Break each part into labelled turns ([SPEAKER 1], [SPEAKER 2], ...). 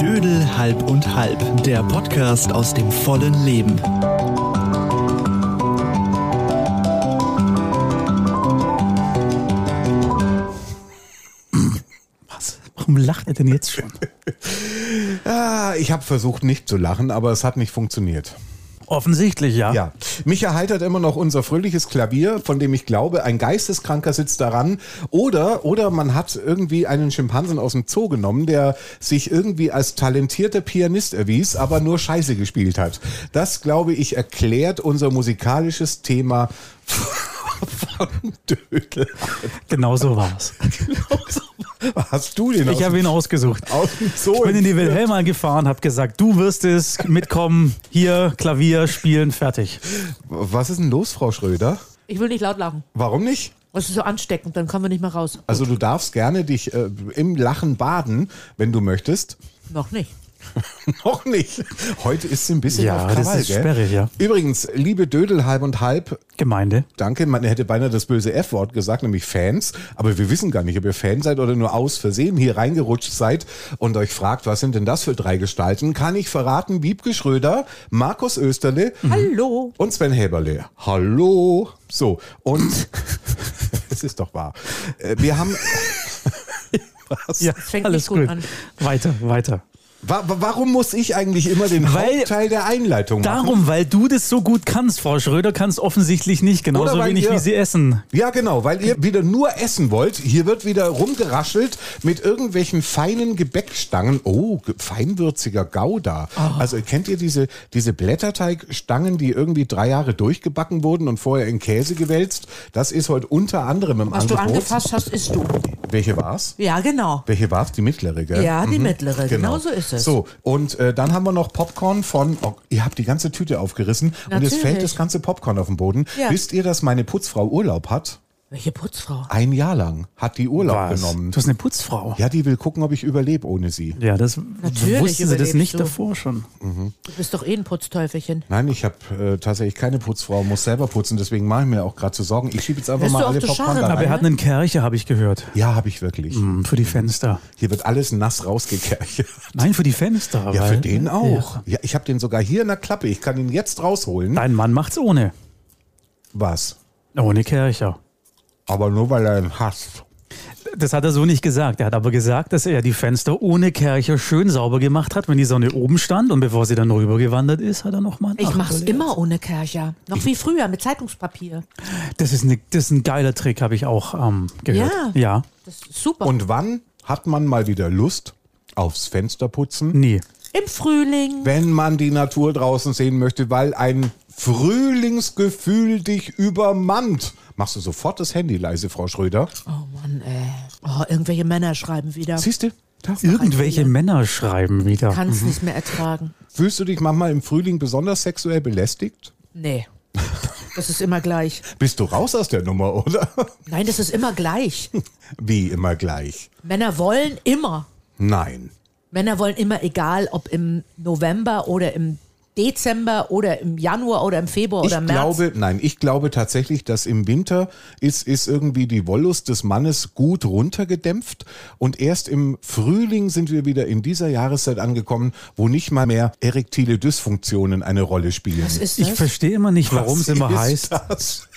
[SPEAKER 1] Dödel halb und halb, der Podcast aus dem vollen Leben.
[SPEAKER 2] Was? Warum lacht er denn jetzt schon?
[SPEAKER 3] Ah, ich habe versucht, nicht zu lachen, aber es hat nicht funktioniert.
[SPEAKER 2] Offensichtlich, ja.
[SPEAKER 3] Ja, mich erheitert immer noch unser fröhliches Klavier, von dem ich glaube, ein Geisteskranker sitzt daran. Oder, oder man hat irgendwie einen Schimpansen aus dem Zoo genommen, der sich irgendwie als talentierter Pianist erwies, aber nur Scheiße gespielt hat. Das, glaube ich, erklärt unser musikalisches Thema von Dödel.
[SPEAKER 2] Genau so war es.
[SPEAKER 3] Hast du den aus
[SPEAKER 2] Ich habe
[SPEAKER 3] dem-
[SPEAKER 2] ihn ausgesucht.
[SPEAKER 3] Genau aus dem Zoo?
[SPEAKER 2] Ich bin in die Wilhelma gefahren, habe gesagt, du wirst es mitkommen, hier Klavier spielen, fertig.
[SPEAKER 3] Was ist denn los, Frau Schröder?
[SPEAKER 4] Ich will nicht laut lachen.
[SPEAKER 3] Warum nicht?
[SPEAKER 4] Das ist so ansteckend, dann kommen wir nicht mehr raus.
[SPEAKER 3] Also du darfst gerne dich äh, im Lachen baden, wenn du möchtest.
[SPEAKER 4] Noch nicht.
[SPEAKER 3] Noch nicht. Heute ist sie ein bisschen
[SPEAKER 2] Ja,
[SPEAKER 3] auf Krawall,
[SPEAKER 2] das ist
[SPEAKER 3] gell?
[SPEAKER 2] sperrig, ja.
[SPEAKER 3] Übrigens, liebe Dödel, halb und halb,
[SPEAKER 2] Gemeinde.
[SPEAKER 3] danke, man hätte beinahe das böse F-Wort gesagt, nämlich Fans, aber wir wissen gar nicht, ob ihr Fan seid oder nur aus Versehen hier reingerutscht seid und euch fragt, was sind denn das für drei Gestalten? Kann ich verraten, Wiebke Schröder, Markus Österle
[SPEAKER 4] Hallo.
[SPEAKER 3] und Sven Häberle. Hallo. So, und es ist doch wahr. Äh, Wir haben... Was?
[SPEAKER 2] Ja,
[SPEAKER 4] fängt
[SPEAKER 2] alles
[SPEAKER 4] nicht gut
[SPEAKER 2] gut.
[SPEAKER 4] an.
[SPEAKER 2] Weiter, weiter.
[SPEAKER 3] Wa wa- warum muss ich eigentlich immer den
[SPEAKER 2] Weil-
[SPEAKER 3] Hauptteil der Einleitung machen?
[SPEAKER 2] Darum, weil du das so gut kannst, Frau Schröder kannst offensichtlich nicht, genauso
[SPEAKER 3] Oder weil
[SPEAKER 2] wenig
[SPEAKER 3] ihr-
[SPEAKER 2] wie sie essen.
[SPEAKER 3] Ja, genau, weil ihr wieder nur essen wollt. Hier wird wieder rumgeraschelt mit irgendwelchen feinen Gebäckstangen. Oh, ge- feinwürziger Gouda.
[SPEAKER 4] Ah.
[SPEAKER 3] Also kennt ihr diese, diese Blätterteigstangen, die irgendwie drei Jahre durchgebacken wurden und vorher in Käse gewälzt? Das ist heute unter anderem im
[SPEAKER 4] Was du
[SPEAKER 3] Angebot.
[SPEAKER 4] angefasst hast, ist du.
[SPEAKER 3] Welche war's?
[SPEAKER 4] Ja, genau.
[SPEAKER 3] Welche war's? Die mittlere, gell?
[SPEAKER 4] Ja, die mittlere. Genau so ist es.
[SPEAKER 3] So, und äh, dann haben wir noch Popcorn von, oh, ihr habt die ganze Tüte aufgerissen und jetzt
[SPEAKER 4] Natürlich.
[SPEAKER 3] fällt das ganze Popcorn auf den Boden.
[SPEAKER 4] Ja.
[SPEAKER 3] Wisst ihr, dass meine Putzfrau Urlaub hat?
[SPEAKER 4] Welche Putzfrau?
[SPEAKER 3] Ein Jahr lang hat die Urlaub
[SPEAKER 2] Was?
[SPEAKER 3] genommen.
[SPEAKER 2] Du bist eine Putzfrau.
[SPEAKER 3] Ja, die will gucken, ob ich überlebe ohne sie.
[SPEAKER 2] Ja, das
[SPEAKER 4] Natürlich
[SPEAKER 2] wusste sie das
[SPEAKER 4] überlebst
[SPEAKER 2] nicht
[SPEAKER 4] du.
[SPEAKER 2] davor schon.
[SPEAKER 4] Du bist doch eh ein Putzteufelchen.
[SPEAKER 3] Nein, ich habe äh, tatsächlich keine Putzfrau, muss selber putzen, deswegen mache ich mir auch gerade zu Sorgen. Ich schiebe jetzt einfach
[SPEAKER 4] Bist
[SPEAKER 3] mal
[SPEAKER 4] du auf
[SPEAKER 3] alle
[SPEAKER 4] der
[SPEAKER 3] Popcorn
[SPEAKER 4] Scharre
[SPEAKER 3] da
[SPEAKER 4] dabei?
[SPEAKER 2] Aber er
[SPEAKER 3] rein.
[SPEAKER 2] hat einen Kercher, habe ich gehört.
[SPEAKER 3] Ja, habe ich wirklich.
[SPEAKER 2] Hm, Für die Fenster.
[SPEAKER 3] Hier wird alles nass rausgekerchert.
[SPEAKER 2] Nein, für die Fenster.
[SPEAKER 3] Ja, für
[SPEAKER 2] weil-
[SPEAKER 3] den auch.
[SPEAKER 2] Ja.
[SPEAKER 3] Ja, ich habe den sogar hier in der Klappe. Ich kann ihn jetzt rausholen.
[SPEAKER 2] Dein Mann macht's ohne.
[SPEAKER 3] Was?
[SPEAKER 2] Ohne Kercher.
[SPEAKER 3] Aber nur weil er ihn hasst.
[SPEAKER 2] Das hat er so nicht gesagt. Er hat aber gesagt, dass er die Fenster ohne Kercher schön sauber gemacht hat, wenn die Sonne oben stand und bevor sie dann rübergewandert ist, hat er nochmal
[SPEAKER 4] Ich mach's immer ohne Kercher. Noch wie früher, mit Zeitungspapier.
[SPEAKER 2] Das ist, ne, das ist ein geiler Trick, habe ich auch ähm, gehört.
[SPEAKER 4] Ja.
[SPEAKER 2] ja.
[SPEAKER 4] Das ist super.
[SPEAKER 3] Und wann hat man mal wieder Lust aufs Fensterputzen?
[SPEAKER 2] Nee.
[SPEAKER 4] Im Frühling.
[SPEAKER 3] Wenn man die Natur draußen sehen möchte, weil ein Frühlingsgefühl dich übermannt. Machst du sofort das Handy leise, Frau Schröder?
[SPEAKER 4] Oh Mann, ey. Oh, irgendwelche Männer schreiben wieder.
[SPEAKER 3] Siehst du? Da
[SPEAKER 2] Irgendwelche Männer schreiben wieder.
[SPEAKER 4] Kann's nicht mehr ertragen.
[SPEAKER 3] Fühlst du dich manchmal im Frühling besonders sexuell belästigt?
[SPEAKER 4] Nee. Das ist immer gleich.
[SPEAKER 3] Bist du raus aus der Nummer, oder?
[SPEAKER 4] Nein, das ist immer gleich.
[SPEAKER 3] Wie immer gleich.
[SPEAKER 4] Männer wollen immer.
[SPEAKER 3] Nein.
[SPEAKER 4] Männer wollen immer, egal ob im November oder im Dezember oder im Januar oder im Februar
[SPEAKER 3] Ich
[SPEAKER 4] oder März.
[SPEAKER 3] glaube, nein, ich glaube tatsächlich, dass im Winter ist, ist irgendwie die Wollust des Mannes gut runtergedämpft und erst im Frühling sind wir wieder in dieser Jahreszeit angekommen, wo nicht mal mehr erektile Dysfunktionen eine Rolle spielen.
[SPEAKER 4] Was ist
[SPEAKER 2] Ich
[SPEAKER 4] das?
[SPEAKER 2] verstehe immer nicht, warum es
[SPEAKER 3] Was
[SPEAKER 2] immer
[SPEAKER 3] ist
[SPEAKER 2] heißt,
[SPEAKER 3] Das?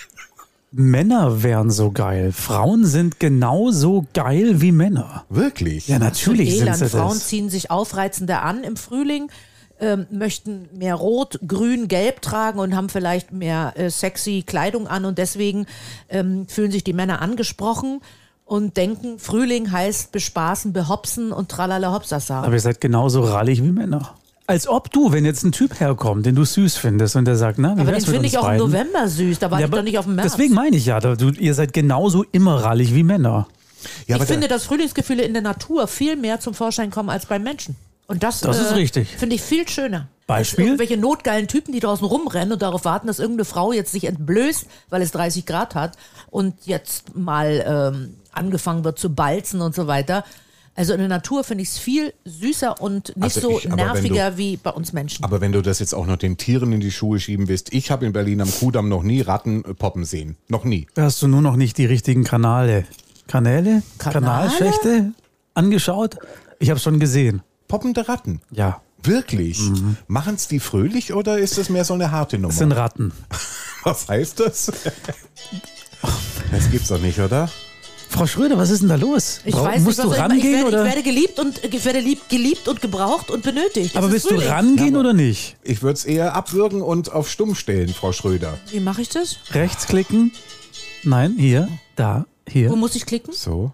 [SPEAKER 2] Männer wären so geil. Frauen sind genauso geil wie Männer.
[SPEAKER 3] Wirklich?
[SPEAKER 2] Ja, natürlich sind
[SPEAKER 4] Elend.
[SPEAKER 2] sie
[SPEAKER 4] Frauen
[SPEAKER 2] das.
[SPEAKER 4] ziehen sich aufreizender an im Frühling, ähm, möchten mehr Rot, Grün, Gelb tragen und haben vielleicht mehr äh, sexy Kleidung an und deswegen ähm, fühlen sich die Männer angesprochen und denken, Frühling heißt bespaßen, behopsen und tralala hopsasa.
[SPEAKER 2] Aber ihr seid genauso rallig wie Männer. Als ob du, wenn jetzt ein Typ herkommt, den du süß findest und der sagt, na, wie
[SPEAKER 4] Aber den
[SPEAKER 2] wär's mit
[SPEAKER 4] finde
[SPEAKER 2] uns
[SPEAKER 4] ich auch im
[SPEAKER 2] beiden?
[SPEAKER 4] November süß, da war
[SPEAKER 2] Ja,
[SPEAKER 4] ich
[SPEAKER 2] aber
[SPEAKER 4] doch nicht auf dem März.
[SPEAKER 2] Deswegen meine ich ja, da- du, ihr seid genauso immer rallig wie Männer.
[SPEAKER 3] Ja, aber
[SPEAKER 4] ich finde,
[SPEAKER 3] da,
[SPEAKER 4] dass Frühlingsgefühle in der Natur viel mehr zum Vorschein kommen als beim Menschen. Und das, äh,
[SPEAKER 2] Das ist richtig.
[SPEAKER 4] Finde ich viel schöner.
[SPEAKER 2] Beispiel?
[SPEAKER 4] Als Irgendwelche notgeilen Typen, die draußen rumrennen und darauf warten, dass irgendeine Frau jetzt sich entblößt, weil es 30 Grad hat und jetzt mal ähm, angefangen wird zu balzen und so weiter. Also in der Natur finde ich es viel süßer und nicht
[SPEAKER 3] Also
[SPEAKER 4] so
[SPEAKER 3] ich- aber wenn
[SPEAKER 4] nerviger wie bei uns Menschen.
[SPEAKER 3] Aber wenn du das jetzt auch noch den Tieren in die Schuhe schieben willst, ich habe in Berlin am Kudamm noch nie Ratten äh, poppen sehen. Noch nie.
[SPEAKER 2] Da hast du nur noch nicht die richtigen Kanäle. Kanäle?
[SPEAKER 4] Kanale?
[SPEAKER 2] Kanalschächte? Angeschaut? Ich habe schon gesehen.
[SPEAKER 3] Poppende Ratten.
[SPEAKER 2] Ja.
[SPEAKER 3] Wirklich?
[SPEAKER 2] Mhm.
[SPEAKER 3] Machen es die fröhlich oder ist das mehr so eine harte Nummer?
[SPEAKER 2] Das sind Ratten.
[SPEAKER 3] Was heißt das? Das gibt's doch nicht, oder?
[SPEAKER 2] Frau Schröder, was ist denn da los?
[SPEAKER 4] ich
[SPEAKER 2] Brau-
[SPEAKER 4] weiß
[SPEAKER 2] musst
[SPEAKER 4] nicht,
[SPEAKER 2] du
[SPEAKER 4] was soll ich, machen. ich,
[SPEAKER 2] rangehen
[SPEAKER 4] werde,
[SPEAKER 2] oder?
[SPEAKER 4] ich werde geliebt und ich werde lieb, geliebt und gebraucht und benötigt.
[SPEAKER 2] aber
[SPEAKER 4] Es
[SPEAKER 2] willst
[SPEAKER 4] ist
[SPEAKER 2] du
[SPEAKER 4] Frühling.
[SPEAKER 2] rangehen oder nicht?
[SPEAKER 3] Ich würde es eher abwürgen und auf stumm stellen, Frau Schröder.
[SPEAKER 4] Wie mache ich das?
[SPEAKER 2] Rechts klicken? Nein, hier, da,
[SPEAKER 4] Wo
[SPEAKER 2] hier.
[SPEAKER 4] muss ich klicken?
[SPEAKER 3] So.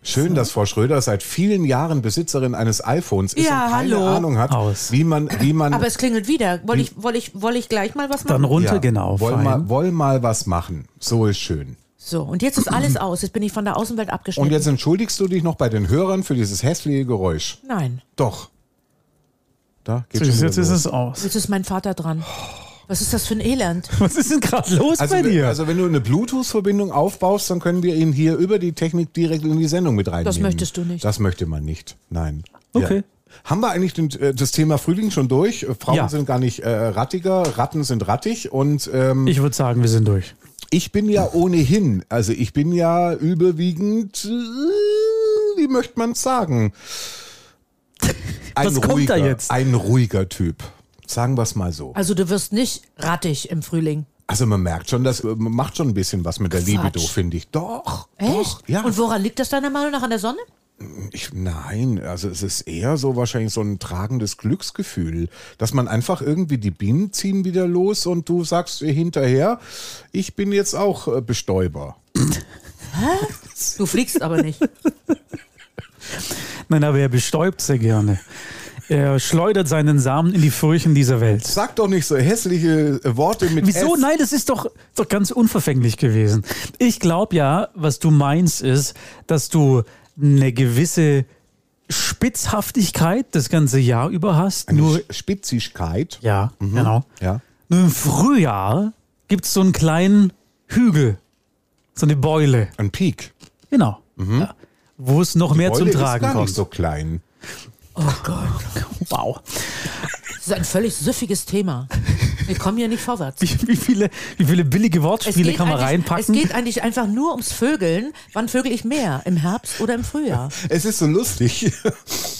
[SPEAKER 3] Schön, dass Frau Schröder seit vielen Jahren Besitzerin eines iPhones ist
[SPEAKER 4] Ja,
[SPEAKER 3] und keine
[SPEAKER 4] hallo.
[SPEAKER 3] Ahnung hat,
[SPEAKER 2] Aus.
[SPEAKER 3] wie man, wie man
[SPEAKER 4] Aber es klingelt wieder. Woll ich, woll ich, woll ich gleich mal was machen?
[SPEAKER 2] Dann runter,
[SPEAKER 3] Ja,
[SPEAKER 2] genau.
[SPEAKER 3] Woll
[SPEAKER 2] fein.
[SPEAKER 3] mal, woll mal was machen. So ist schön.
[SPEAKER 4] So, und jetzt ist alles aus. Jetzt bin ich von der Außenwelt
[SPEAKER 3] Und
[SPEAKER 4] abgeschnitten.
[SPEAKER 3] jetzt entschuldigst du dich noch bei den Hörern für dieses hässliche Geräusch.
[SPEAKER 4] Nein,
[SPEAKER 3] Doch. Da geht's
[SPEAKER 2] So,
[SPEAKER 3] schon
[SPEAKER 2] jetzt
[SPEAKER 3] wieder
[SPEAKER 2] jetzt ist
[SPEAKER 3] los.
[SPEAKER 2] es aus.
[SPEAKER 4] jetzt ist mein Vater dran. Was ist das für ein Elend?
[SPEAKER 2] Was ist denn gerade los
[SPEAKER 3] Also,
[SPEAKER 2] bei
[SPEAKER 3] wenn-
[SPEAKER 2] dir?
[SPEAKER 3] also wenn du eine Bluetooth-Verbindung aufbaust, dann können wir ihn hier über die Technik direkt in die Sendung mit reinnehmen.
[SPEAKER 4] möchtest du nicht.
[SPEAKER 3] Das möchte man nicht. Nein.
[SPEAKER 2] Okay.
[SPEAKER 3] Haben wir eigentlich den, äh, das Thema Frühling schon durch? Äh, Frauen
[SPEAKER 2] Ja.
[SPEAKER 3] sind gar nicht äh, rattiger, Ratten sind rattig und ähm,
[SPEAKER 2] ich würde sagen, wir sind durch.
[SPEAKER 3] Ich bin ja ohnehin, also ich bin ja überwiegend, äh, wie möchte man sagen? Ein
[SPEAKER 2] Was kommt da jetzt?
[SPEAKER 3] Ein ruhiger Typ. Sagen wir es mal so.
[SPEAKER 4] Also du wirst nicht rattig im Frühling.
[SPEAKER 3] Also man merkt schon, das äh, macht schon ein bisschen was mit der
[SPEAKER 4] Quatsch.
[SPEAKER 3] Libido, finde ich. Doch. Doch,
[SPEAKER 4] Echt?
[SPEAKER 3] ja.
[SPEAKER 4] Und woran liegt das deiner Meinung nach an der Sonne?
[SPEAKER 3] Ich, nein, also es ist eher so wahrscheinlich so ein tragendes Glücksgefühl, dass man einfach irgendwie die Bienen ziehen wieder los und du sagst ihr hinterher, ich bin jetzt auch äh, Bestäuber.
[SPEAKER 4] Du fliegst aber nicht.
[SPEAKER 2] Nein, aber er bestäubt sehr gerne. Er schleudert seinen Samen in die Furchen dieser Welt.
[SPEAKER 3] Sag doch nicht so hässliche äh, Worte mit
[SPEAKER 2] Wieso?
[SPEAKER 3] S.
[SPEAKER 2] Nein, das ist doch, ist doch ganz unverfänglich gewesen. Ich glaube ja, was du meinst, ist, dass du eine gewisse Spitzhaftigkeit das ganze Jahr über hast.
[SPEAKER 3] Eine
[SPEAKER 2] Nur,
[SPEAKER 3] Sch- Mhm. Spitzigkeit.
[SPEAKER 2] ja, genau.
[SPEAKER 3] Ja.
[SPEAKER 2] Nur im Frühjahr gibt es so einen kleinen Hügel, so eine Beule,
[SPEAKER 3] Ein Peak.
[SPEAKER 2] genau, ja, wo es noch mehr
[SPEAKER 3] Mhm. Beule
[SPEAKER 2] zum Tragen
[SPEAKER 3] ist gar
[SPEAKER 2] kommt.
[SPEAKER 3] nicht so klein. Oh
[SPEAKER 2] Wow.
[SPEAKER 4] Das ist ein völlig süffiges Thema. Wir kommen hier nicht vorwärts.
[SPEAKER 2] Wie, wie, viele, wie viele billige Wortspiele kann man
[SPEAKER 4] eigentlich-
[SPEAKER 2] reinpacken?
[SPEAKER 4] es geht eigentlich einfach nur ums Vögeln. Wann vögel ich mehr? Im Herbst oder im Frühjahr?
[SPEAKER 3] Es ist so lustig.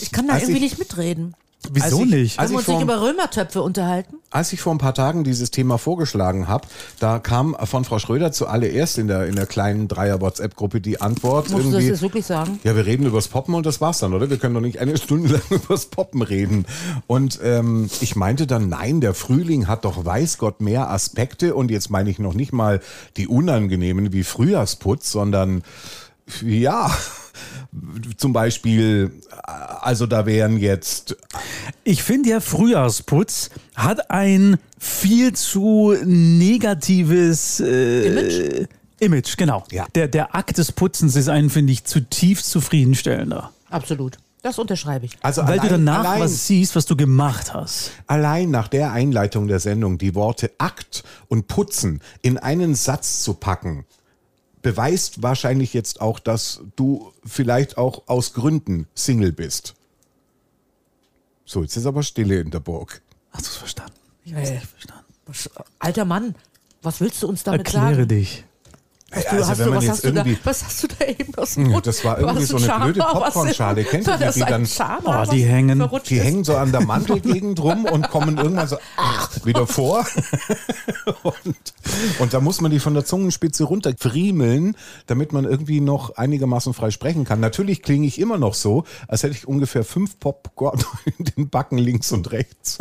[SPEAKER 4] Ich kann da
[SPEAKER 3] Als
[SPEAKER 4] irgendwie
[SPEAKER 3] ich-
[SPEAKER 4] nicht mitreden.
[SPEAKER 2] Wieso
[SPEAKER 3] als ich-
[SPEAKER 2] nicht?
[SPEAKER 3] als
[SPEAKER 4] Haben wir uns
[SPEAKER 3] ich
[SPEAKER 4] nicht
[SPEAKER 3] vorm-
[SPEAKER 4] über Römertöpfe unterhalten?
[SPEAKER 3] Als ich vor ein paar Tagen dieses Thema vorgeschlagen habe, da kam von Frau Schröder zuallererst in der, in der kleinen Dreier-WhatsApp-Gruppe die Antwort
[SPEAKER 4] Musst du das
[SPEAKER 3] irgendwie.
[SPEAKER 4] jetzt wirklich sagen?
[SPEAKER 3] Ja, wir reden übers Poppen und das war's dann, oder? Wir können doch nicht eine Stunde lang übers Poppen reden. Und ähm, ich meinte dann, nein, der Frühling hat doch weiß Gott mehr Aspekte und jetzt meine ich noch nicht mal die unangenehmen wie Frühjahrsputz, sondern ja, zum Beispiel, also da wären jetzt
[SPEAKER 2] Ich finde ja, Frühjahrsputz hat ein viel zu negatives äh,
[SPEAKER 4] Image?
[SPEAKER 2] Image, genau.
[SPEAKER 3] Ja.
[SPEAKER 2] Der, der Akt des Putzens ist einen, finde ich, zutiefst zufriedenstellender.
[SPEAKER 4] Absolut. Das unterschreibe ich.
[SPEAKER 3] also
[SPEAKER 2] Weil du
[SPEAKER 3] allein-
[SPEAKER 2] danach
[SPEAKER 3] allein-
[SPEAKER 2] was siehst, was du gemacht hast.
[SPEAKER 3] Allein nach der Einleitung der Sendung die Worte Akt und Putzen in einen Satz zu packen, beweist wahrscheinlich jetzt auch, dass du vielleicht auch aus Gründen Single bist. So, jetzt ist aber Stille in der Burg.
[SPEAKER 2] Hast du es verstanden? Ich
[SPEAKER 3] Äh.
[SPEAKER 4] hab's
[SPEAKER 2] nicht verstanden.
[SPEAKER 4] Was, alter Mann, was willst du uns damit
[SPEAKER 2] Erkläre
[SPEAKER 4] sagen?
[SPEAKER 2] dich.
[SPEAKER 4] Was, du,
[SPEAKER 3] also
[SPEAKER 4] hast
[SPEAKER 3] wenn
[SPEAKER 4] du,
[SPEAKER 3] man
[SPEAKER 4] was,
[SPEAKER 3] jetzt
[SPEAKER 4] hast du da,
[SPEAKER 3] irgendwie-
[SPEAKER 4] was hast du da eben aus dem
[SPEAKER 3] Ja,
[SPEAKER 4] Mund?
[SPEAKER 3] das war
[SPEAKER 4] Du
[SPEAKER 3] irgendwie
[SPEAKER 4] hast
[SPEAKER 3] so
[SPEAKER 4] einen
[SPEAKER 3] eine
[SPEAKER 4] Charme,
[SPEAKER 3] blöde
[SPEAKER 4] was-
[SPEAKER 3] Popcornschale. Kennt ihr
[SPEAKER 4] war
[SPEAKER 3] die,
[SPEAKER 4] das
[SPEAKER 3] die
[SPEAKER 4] ein
[SPEAKER 3] dann-
[SPEAKER 4] Charme,
[SPEAKER 2] Oh, die hängen-
[SPEAKER 4] verrutscht
[SPEAKER 3] Die
[SPEAKER 4] ist?
[SPEAKER 3] hängen so an der Mandelgegend rum und kommen irgendwann so ach, wieder vor. Und, und da muss man die von der Zungenspitze runterfriemeln, damit man irgendwie noch einigermaßen frei sprechen kann. Natürlich klinge ich immer noch so, als hätte ich ungefähr fünf Popcorn in den Backen links und rechts.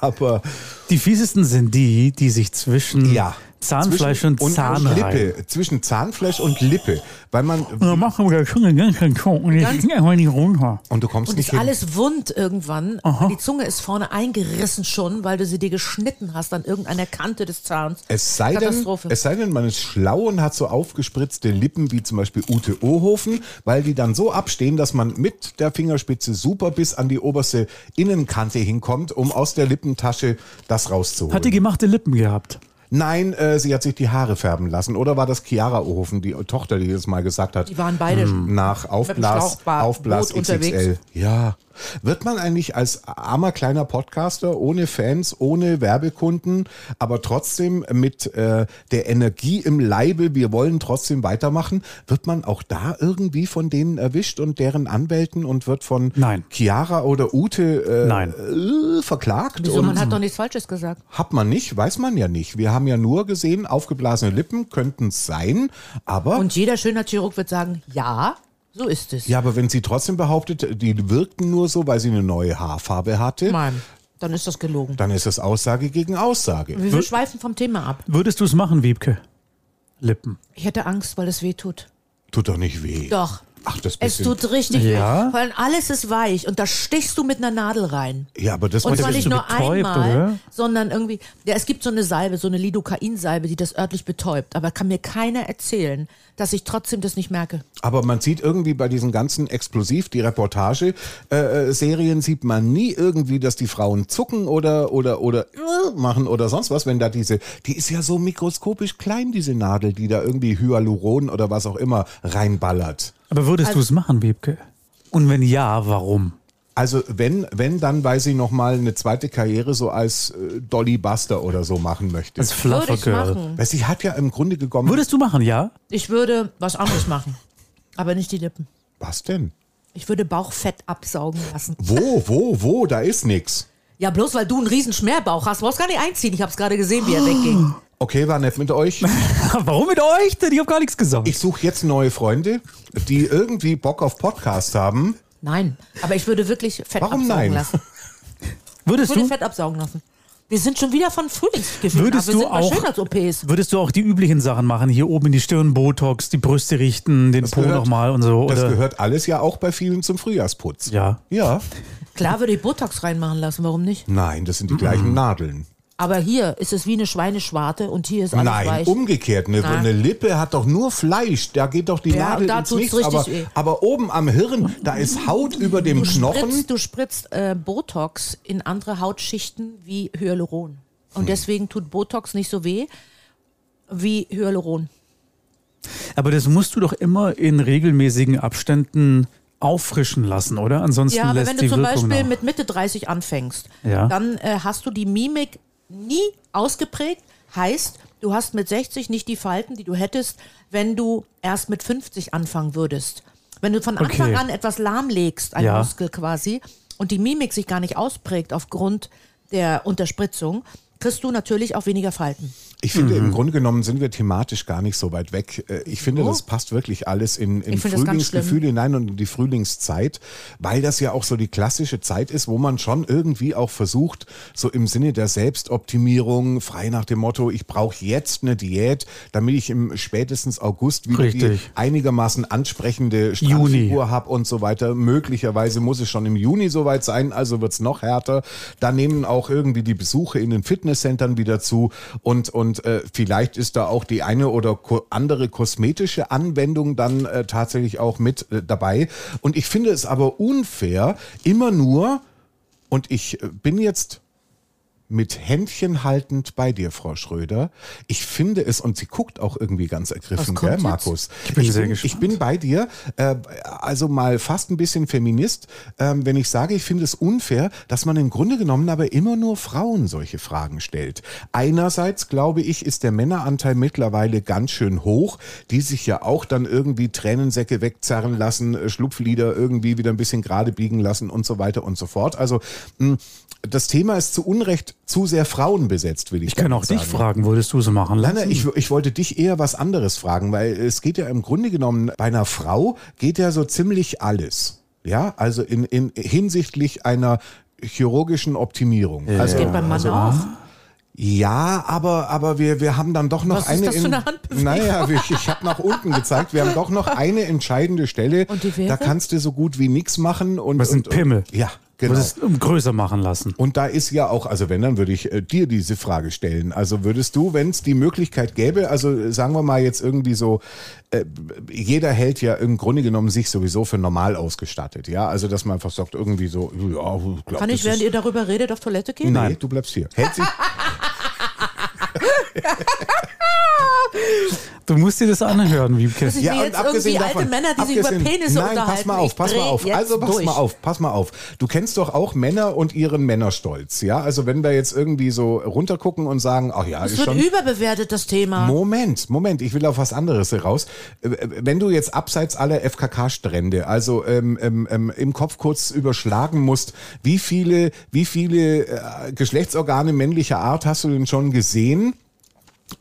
[SPEAKER 3] Aber
[SPEAKER 2] Die fiesesten sind die, die sich zwischen
[SPEAKER 3] ja.
[SPEAKER 2] Hm. Zahnfleisch
[SPEAKER 3] zwischen,
[SPEAKER 2] und Zahn reiben.
[SPEAKER 3] Lippe. Zwischen Zahnfleisch und Lippe. Weil man.
[SPEAKER 2] Da machen wir schon den ganzen Kuchen und ich
[SPEAKER 4] Ganz-
[SPEAKER 2] ging einfach nicht runter.
[SPEAKER 3] Und du kommst
[SPEAKER 4] Und
[SPEAKER 3] nicht
[SPEAKER 4] ist
[SPEAKER 3] hin.
[SPEAKER 4] alles wund irgendwann.
[SPEAKER 2] Aha.
[SPEAKER 4] Die Zunge ist vorne eingerissen schon, weil du sie dir geschnitten hast an irgendeiner Kante des Zahns.
[SPEAKER 3] Es sei, denn,
[SPEAKER 4] Katastrophe.
[SPEAKER 3] es sei denn, man ist schlau und hat so aufgespritzte Lippen wie zum Beispiel Ute Ohofen, weil die dann so abstehen, dass man mit der Fingerspitze super bis an die oberste Innenkante hinkommt, um aus der Lippentasche das rauszuholen.
[SPEAKER 2] Hat die gemachte Lippen gehabt.
[SPEAKER 3] Nein, äh, sie hat sich die Haare färben lassen. Oder war das Chiara Ohofen, die Tochter, die das mal gesagt hat?
[SPEAKER 4] Die waren beide
[SPEAKER 3] nach
[SPEAKER 4] dem
[SPEAKER 3] Aufblas,
[SPEAKER 4] Schlauchboot
[SPEAKER 3] Aufblas XXL.
[SPEAKER 4] unterwegs.
[SPEAKER 3] Ja. Wird man eigentlich als armer kleiner Podcaster ohne Fans, ohne Werbekunden, aber trotzdem mit äh, der Energie im Leibe, wir wollen trotzdem weitermachen, wird man auch da irgendwie von denen erwischt und deren Anwälten und wird von
[SPEAKER 2] Nein.
[SPEAKER 3] Chiara oder Ute äh,
[SPEAKER 2] Nein.
[SPEAKER 3] äh, verklagt?
[SPEAKER 4] Wieso?
[SPEAKER 3] und
[SPEAKER 4] Man hat doch nichts Falsches gesagt.
[SPEAKER 3] hat man nicht, weiß man ja nicht. Wir haben ja nur gesehen, aufgeblasene Lippen könnten es sein, aber.
[SPEAKER 4] Und jeder schöner Chirurg wird sagen, ja, so ist es.
[SPEAKER 3] ja, aber wenn sie trotzdem behauptet, die wirkten nur so, weil sie eine neue Haarfarbe hatte,
[SPEAKER 4] Nein, dann ist das gelogen.
[SPEAKER 3] dann ist das Aussage gegen Aussage.
[SPEAKER 4] Wir, wir schweifen vom Thema ab.
[SPEAKER 2] Würdest du es machen, Wiebke? Lippen.
[SPEAKER 4] Ich hätte Angst, weil es weh tut.
[SPEAKER 3] Tut doch nicht weh.
[SPEAKER 4] Doch.
[SPEAKER 3] Ach, das
[SPEAKER 4] Es
[SPEAKER 3] bisschen-
[SPEAKER 4] tut richtig
[SPEAKER 2] Ja?
[SPEAKER 4] weh. Vor allem alles ist weich und da stichst du mit einer Nadel rein.
[SPEAKER 3] Ja, aber das
[SPEAKER 4] Und
[SPEAKER 3] mit
[SPEAKER 4] zwar
[SPEAKER 2] bist
[SPEAKER 4] nicht
[SPEAKER 2] du
[SPEAKER 4] nur
[SPEAKER 2] betäubt,
[SPEAKER 4] einmal,
[SPEAKER 2] oder?
[SPEAKER 4] sondern irgendwie. Ja, es gibt so eine Salbe, so eine Lidocain-Salbe, die das örtlich betäubt. Aber kann mir keiner erzählen, dass ich trotzdem das nicht merke.
[SPEAKER 3] Aber man sieht irgendwie bei diesen ganzen Explosiv, die Reportage-Serien sieht man nie irgendwie, dass die Frauen zucken oder oder oder äh, machen oder sonst was, wenn da diese, die ist ja so mikroskopisch klein, diese Nadel, die da irgendwie Hyaluron oder was auch immer reinballert.
[SPEAKER 2] Aber würdest
[SPEAKER 4] Also
[SPEAKER 2] du es machen, Wiebke? Und wenn ja, warum?
[SPEAKER 3] Also wenn, wenn, dann weil sie nochmal eine zweite Karriere so als äh, Dolly Buster oder so machen möchte.
[SPEAKER 2] Als
[SPEAKER 4] Würde
[SPEAKER 2] Fluffer
[SPEAKER 4] ich
[SPEAKER 2] Girl.
[SPEAKER 4] machen.
[SPEAKER 3] Weil sie hat ja im Grunde gekommen.
[SPEAKER 2] Würdest du machen, ja?
[SPEAKER 4] Ich würde was anderes machen. Aber nicht die Lippen.
[SPEAKER 3] was denn?
[SPEAKER 4] Ich würde Bauchfett absaugen lassen.
[SPEAKER 3] Wo, wo, wo? Da ist nix.
[SPEAKER 4] Ja, bloß weil du einen riesen Schmerbauch hast, brauchst gar nicht einziehen. Ich hab's gerade gesehen, wie er wegging.
[SPEAKER 3] Okay, war nett mit euch.
[SPEAKER 2] warum mit euch denn? Ich habe gar nichts gesagt.
[SPEAKER 3] Ich suche jetzt neue Freunde, die irgendwie Bock auf Podcast haben.
[SPEAKER 4] Nein, aber ich würde wirklich Fett
[SPEAKER 3] Warum
[SPEAKER 4] absaugen
[SPEAKER 3] nein?
[SPEAKER 4] lassen. Ich
[SPEAKER 2] würdest
[SPEAKER 4] würde
[SPEAKER 2] du,
[SPEAKER 4] Fett absaugen lassen. Wir sind schon wieder von Frühlingsgefühlen.
[SPEAKER 2] Würdest
[SPEAKER 4] ab.
[SPEAKER 2] du
[SPEAKER 4] Wir sind bei
[SPEAKER 2] auch-
[SPEAKER 4] Schönheits-OPs.
[SPEAKER 2] würdest du auch die üblichen Sachen machen? Hier oben in die Stirn Botox, die Brüste richten, den Po
[SPEAKER 3] gehört-
[SPEAKER 2] nochmal und so?
[SPEAKER 3] Das
[SPEAKER 2] Oder?
[SPEAKER 3] gehört alles ja auch bei vielen zum Frühjahrsputz.
[SPEAKER 2] Ja.
[SPEAKER 3] Ja.
[SPEAKER 4] Klar würde ich Botox reinmachen lassen, warum nicht?
[SPEAKER 3] Nein, das sind die
[SPEAKER 4] Mhm.
[SPEAKER 3] gleichen Nadeln.
[SPEAKER 4] Aber hier ist es wie eine Schweineschwarte und hier ist alles
[SPEAKER 3] Nein,
[SPEAKER 4] weich.
[SPEAKER 2] um
[SPEAKER 3] umgekehrt. Eine,
[SPEAKER 4] Nein.
[SPEAKER 3] eine Lippe hat doch nur Fleisch. Da geht doch die
[SPEAKER 4] Ja,
[SPEAKER 3] Nadel
[SPEAKER 4] da
[SPEAKER 3] ins
[SPEAKER 4] tut's
[SPEAKER 3] Nichts.
[SPEAKER 4] richtig
[SPEAKER 3] aber,
[SPEAKER 4] weh.
[SPEAKER 3] aber oben am Hirn, da ist Haut über dem Knochen.
[SPEAKER 4] spritzt, du spritzt äh, Botox in andere Hautschichten wie Hyaluron. Und
[SPEAKER 2] Hm.
[SPEAKER 4] deswegen tut Botox nicht so weh wie Hyaluron.
[SPEAKER 2] Aber das musst du doch immer in regelmäßigen Abständen auffrischen lassen, oder? Ansonsten
[SPEAKER 4] Ja, aber
[SPEAKER 2] lässt
[SPEAKER 4] wenn
[SPEAKER 2] die
[SPEAKER 4] du zum
[SPEAKER 2] Wirkung
[SPEAKER 4] Beispiel
[SPEAKER 2] nach.
[SPEAKER 4] mit Mitte 30 anfängst,
[SPEAKER 2] Ja.
[SPEAKER 4] dann äh, hast du die Mimik nie ausgeprägt. Heißt, du hast mit 60 nicht die Falten, die du hättest, wenn du erst mit 50 anfangen würdest. Wenn du von Anfang
[SPEAKER 2] Okay.
[SPEAKER 4] an etwas lahmlegst, ein
[SPEAKER 2] Ja.
[SPEAKER 4] Muskel quasi, und die Mimik sich gar nicht ausprägt aufgrund der Unterspritzung, kriegst du natürlich auch weniger Falten.
[SPEAKER 3] Ich finde,
[SPEAKER 4] Mhm.
[SPEAKER 3] im Grunde genommen sind wir thematisch gar nicht so weit weg. Äh, Ich finde, das passt wirklich alles in, in
[SPEAKER 4] Oh. Ich finde das ganz
[SPEAKER 3] Frühlingsgefühl hinein und in die Frühlingszeit, weil das ja auch so die klassische Zeit ist, wo man schon irgendwie auch versucht, so im Sinne der Selbstoptimierung, frei nach dem Motto, ich brauche jetzt eine Diät, damit ich im spätestens August wieder die
[SPEAKER 2] Richtig.
[SPEAKER 3] einigermaßen ansprechende Strandfigur habe und so weiter. Möglicherweise muss es schon im Juni soweit sein, also wird's noch härter. Da nehmen auch irgendwie die Besuche in den Fitnesscentern wieder zu und, und äh, vielleicht ist da auch die eine oder ko andere kosmetische Anwendung dann äh, tatsächlich auch mit äh, dabei. Und ich finde es aber unfair, immer nur, und ich äh, bin jetzt mit Händchen haltend bei dir, Frau Schröder. Ich finde es, und sie guckt auch irgendwie ganz ergriffen,
[SPEAKER 4] kommt
[SPEAKER 3] gell,
[SPEAKER 4] jetzt?
[SPEAKER 3] Markus? Ich
[SPEAKER 2] bin sehr gespannt.
[SPEAKER 3] Ich bin bei dir, äh, also mal fast ein bisschen Feminist, ähm, wenn ich sage, ich finde es unfair, dass man im Grunde genommen aber immer nur Frauen solche Fragen stellt. Einerseits, glaube ich, ist der Männeranteil mittlerweile ganz schön hoch, die sich ja auch dann irgendwie Tränensäcke wegzerren lassen, äh, Schlupflieder irgendwie wieder ein bisschen gerade biegen lassen und so weiter und so fort. Also mh, das Thema ist zu Unrecht zu sehr frauenbesetzt, will ich
[SPEAKER 2] Ich kann
[SPEAKER 3] damit
[SPEAKER 2] auch dich
[SPEAKER 3] sagen.
[SPEAKER 2] fragen, würdest du es machen lassen?
[SPEAKER 3] Nein, nein, ich,
[SPEAKER 4] Hm.
[SPEAKER 3] ich wollte dich eher was anderes fragen, weil es geht ja im Grunde genommen, bei einer Frau geht ja so ziemlich alles. Ja, also in, in hinsichtlich einer chirurgischen Optimierung. Also,
[SPEAKER 4] Geht beim Mann auch.
[SPEAKER 3] ja, aber, aber wir, wir haben dann doch noch
[SPEAKER 4] Was ist
[SPEAKER 3] eine.
[SPEAKER 4] das für eine
[SPEAKER 3] in-
[SPEAKER 4] Handbewegung?
[SPEAKER 3] Naja, wir- ich habe nach unten gezeigt. Wir haben doch noch eine entscheidende Stelle.
[SPEAKER 4] Und die wäre?
[SPEAKER 3] Da kannst du so gut wie nichts machen. Und,
[SPEAKER 2] Was sind
[SPEAKER 3] und, und-
[SPEAKER 2] Pimmel?
[SPEAKER 3] Ja,
[SPEAKER 2] Du
[SPEAKER 3] genau.
[SPEAKER 2] würdest es um größer machen lassen.
[SPEAKER 3] Und da ist ja auch, also wenn, dann würde ich äh, dir diese Frage stellen. Also würdest du, wenn es die Möglichkeit gäbe, also äh, sagen wir mal jetzt irgendwie so, äh, jeder hält ja im Grunde genommen sich sowieso für normal ausgestattet, ja? Also dass man einfach sagt, irgendwie so, ja, glaub,
[SPEAKER 4] Kann ich,
[SPEAKER 3] das ist,
[SPEAKER 4] während ihr darüber redet, auf Toilette gehen?
[SPEAKER 3] Nee, du bleibst hier. Hält sich,
[SPEAKER 2] Du musst dir das anhören, Wiebke.
[SPEAKER 4] ich mir jetzt irgendwie alte Männer, die sich über Penisse
[SPEAKER 3] nein,
[SPEAKER 4] unterhalten.
[SPEAKER 3] pass mal
[SPEAKER 4] Ich
[SPEAKER 3] auf, pass
[SPEAKER 4] dreh
[SPEAKER 3] mal auf.
[SPEAKER 4] jetzt
[SPEAKER 3] Also pass
[SPEAKER 4] durch.
[SPEAKER 3] mal auf, pass mal auf. Du kennst doch auch Männer und ihren Männerstolz, ja? Also wenn wir jetzt irgendwie so runtergucken und sagen, ach ja,
[SPEAKER 4] Es
[SPEAKER 3] ist
[SPEAKER 4] wird
[SPEAKER 3] schon
[SPEAKER 4] überbewertet, das Thema.
[SPEAKER 3] Moment, Moment, ich will auf was anderes heraus. Äh, Wenn du jetzt abseits aller FKK-Strände, also ähm, ähm, ähm, im Kopf kurz überschlagen musst, wie viele, wie viele äh, Geschlechtsorgane männlicher Art hast du denn schon gesehen?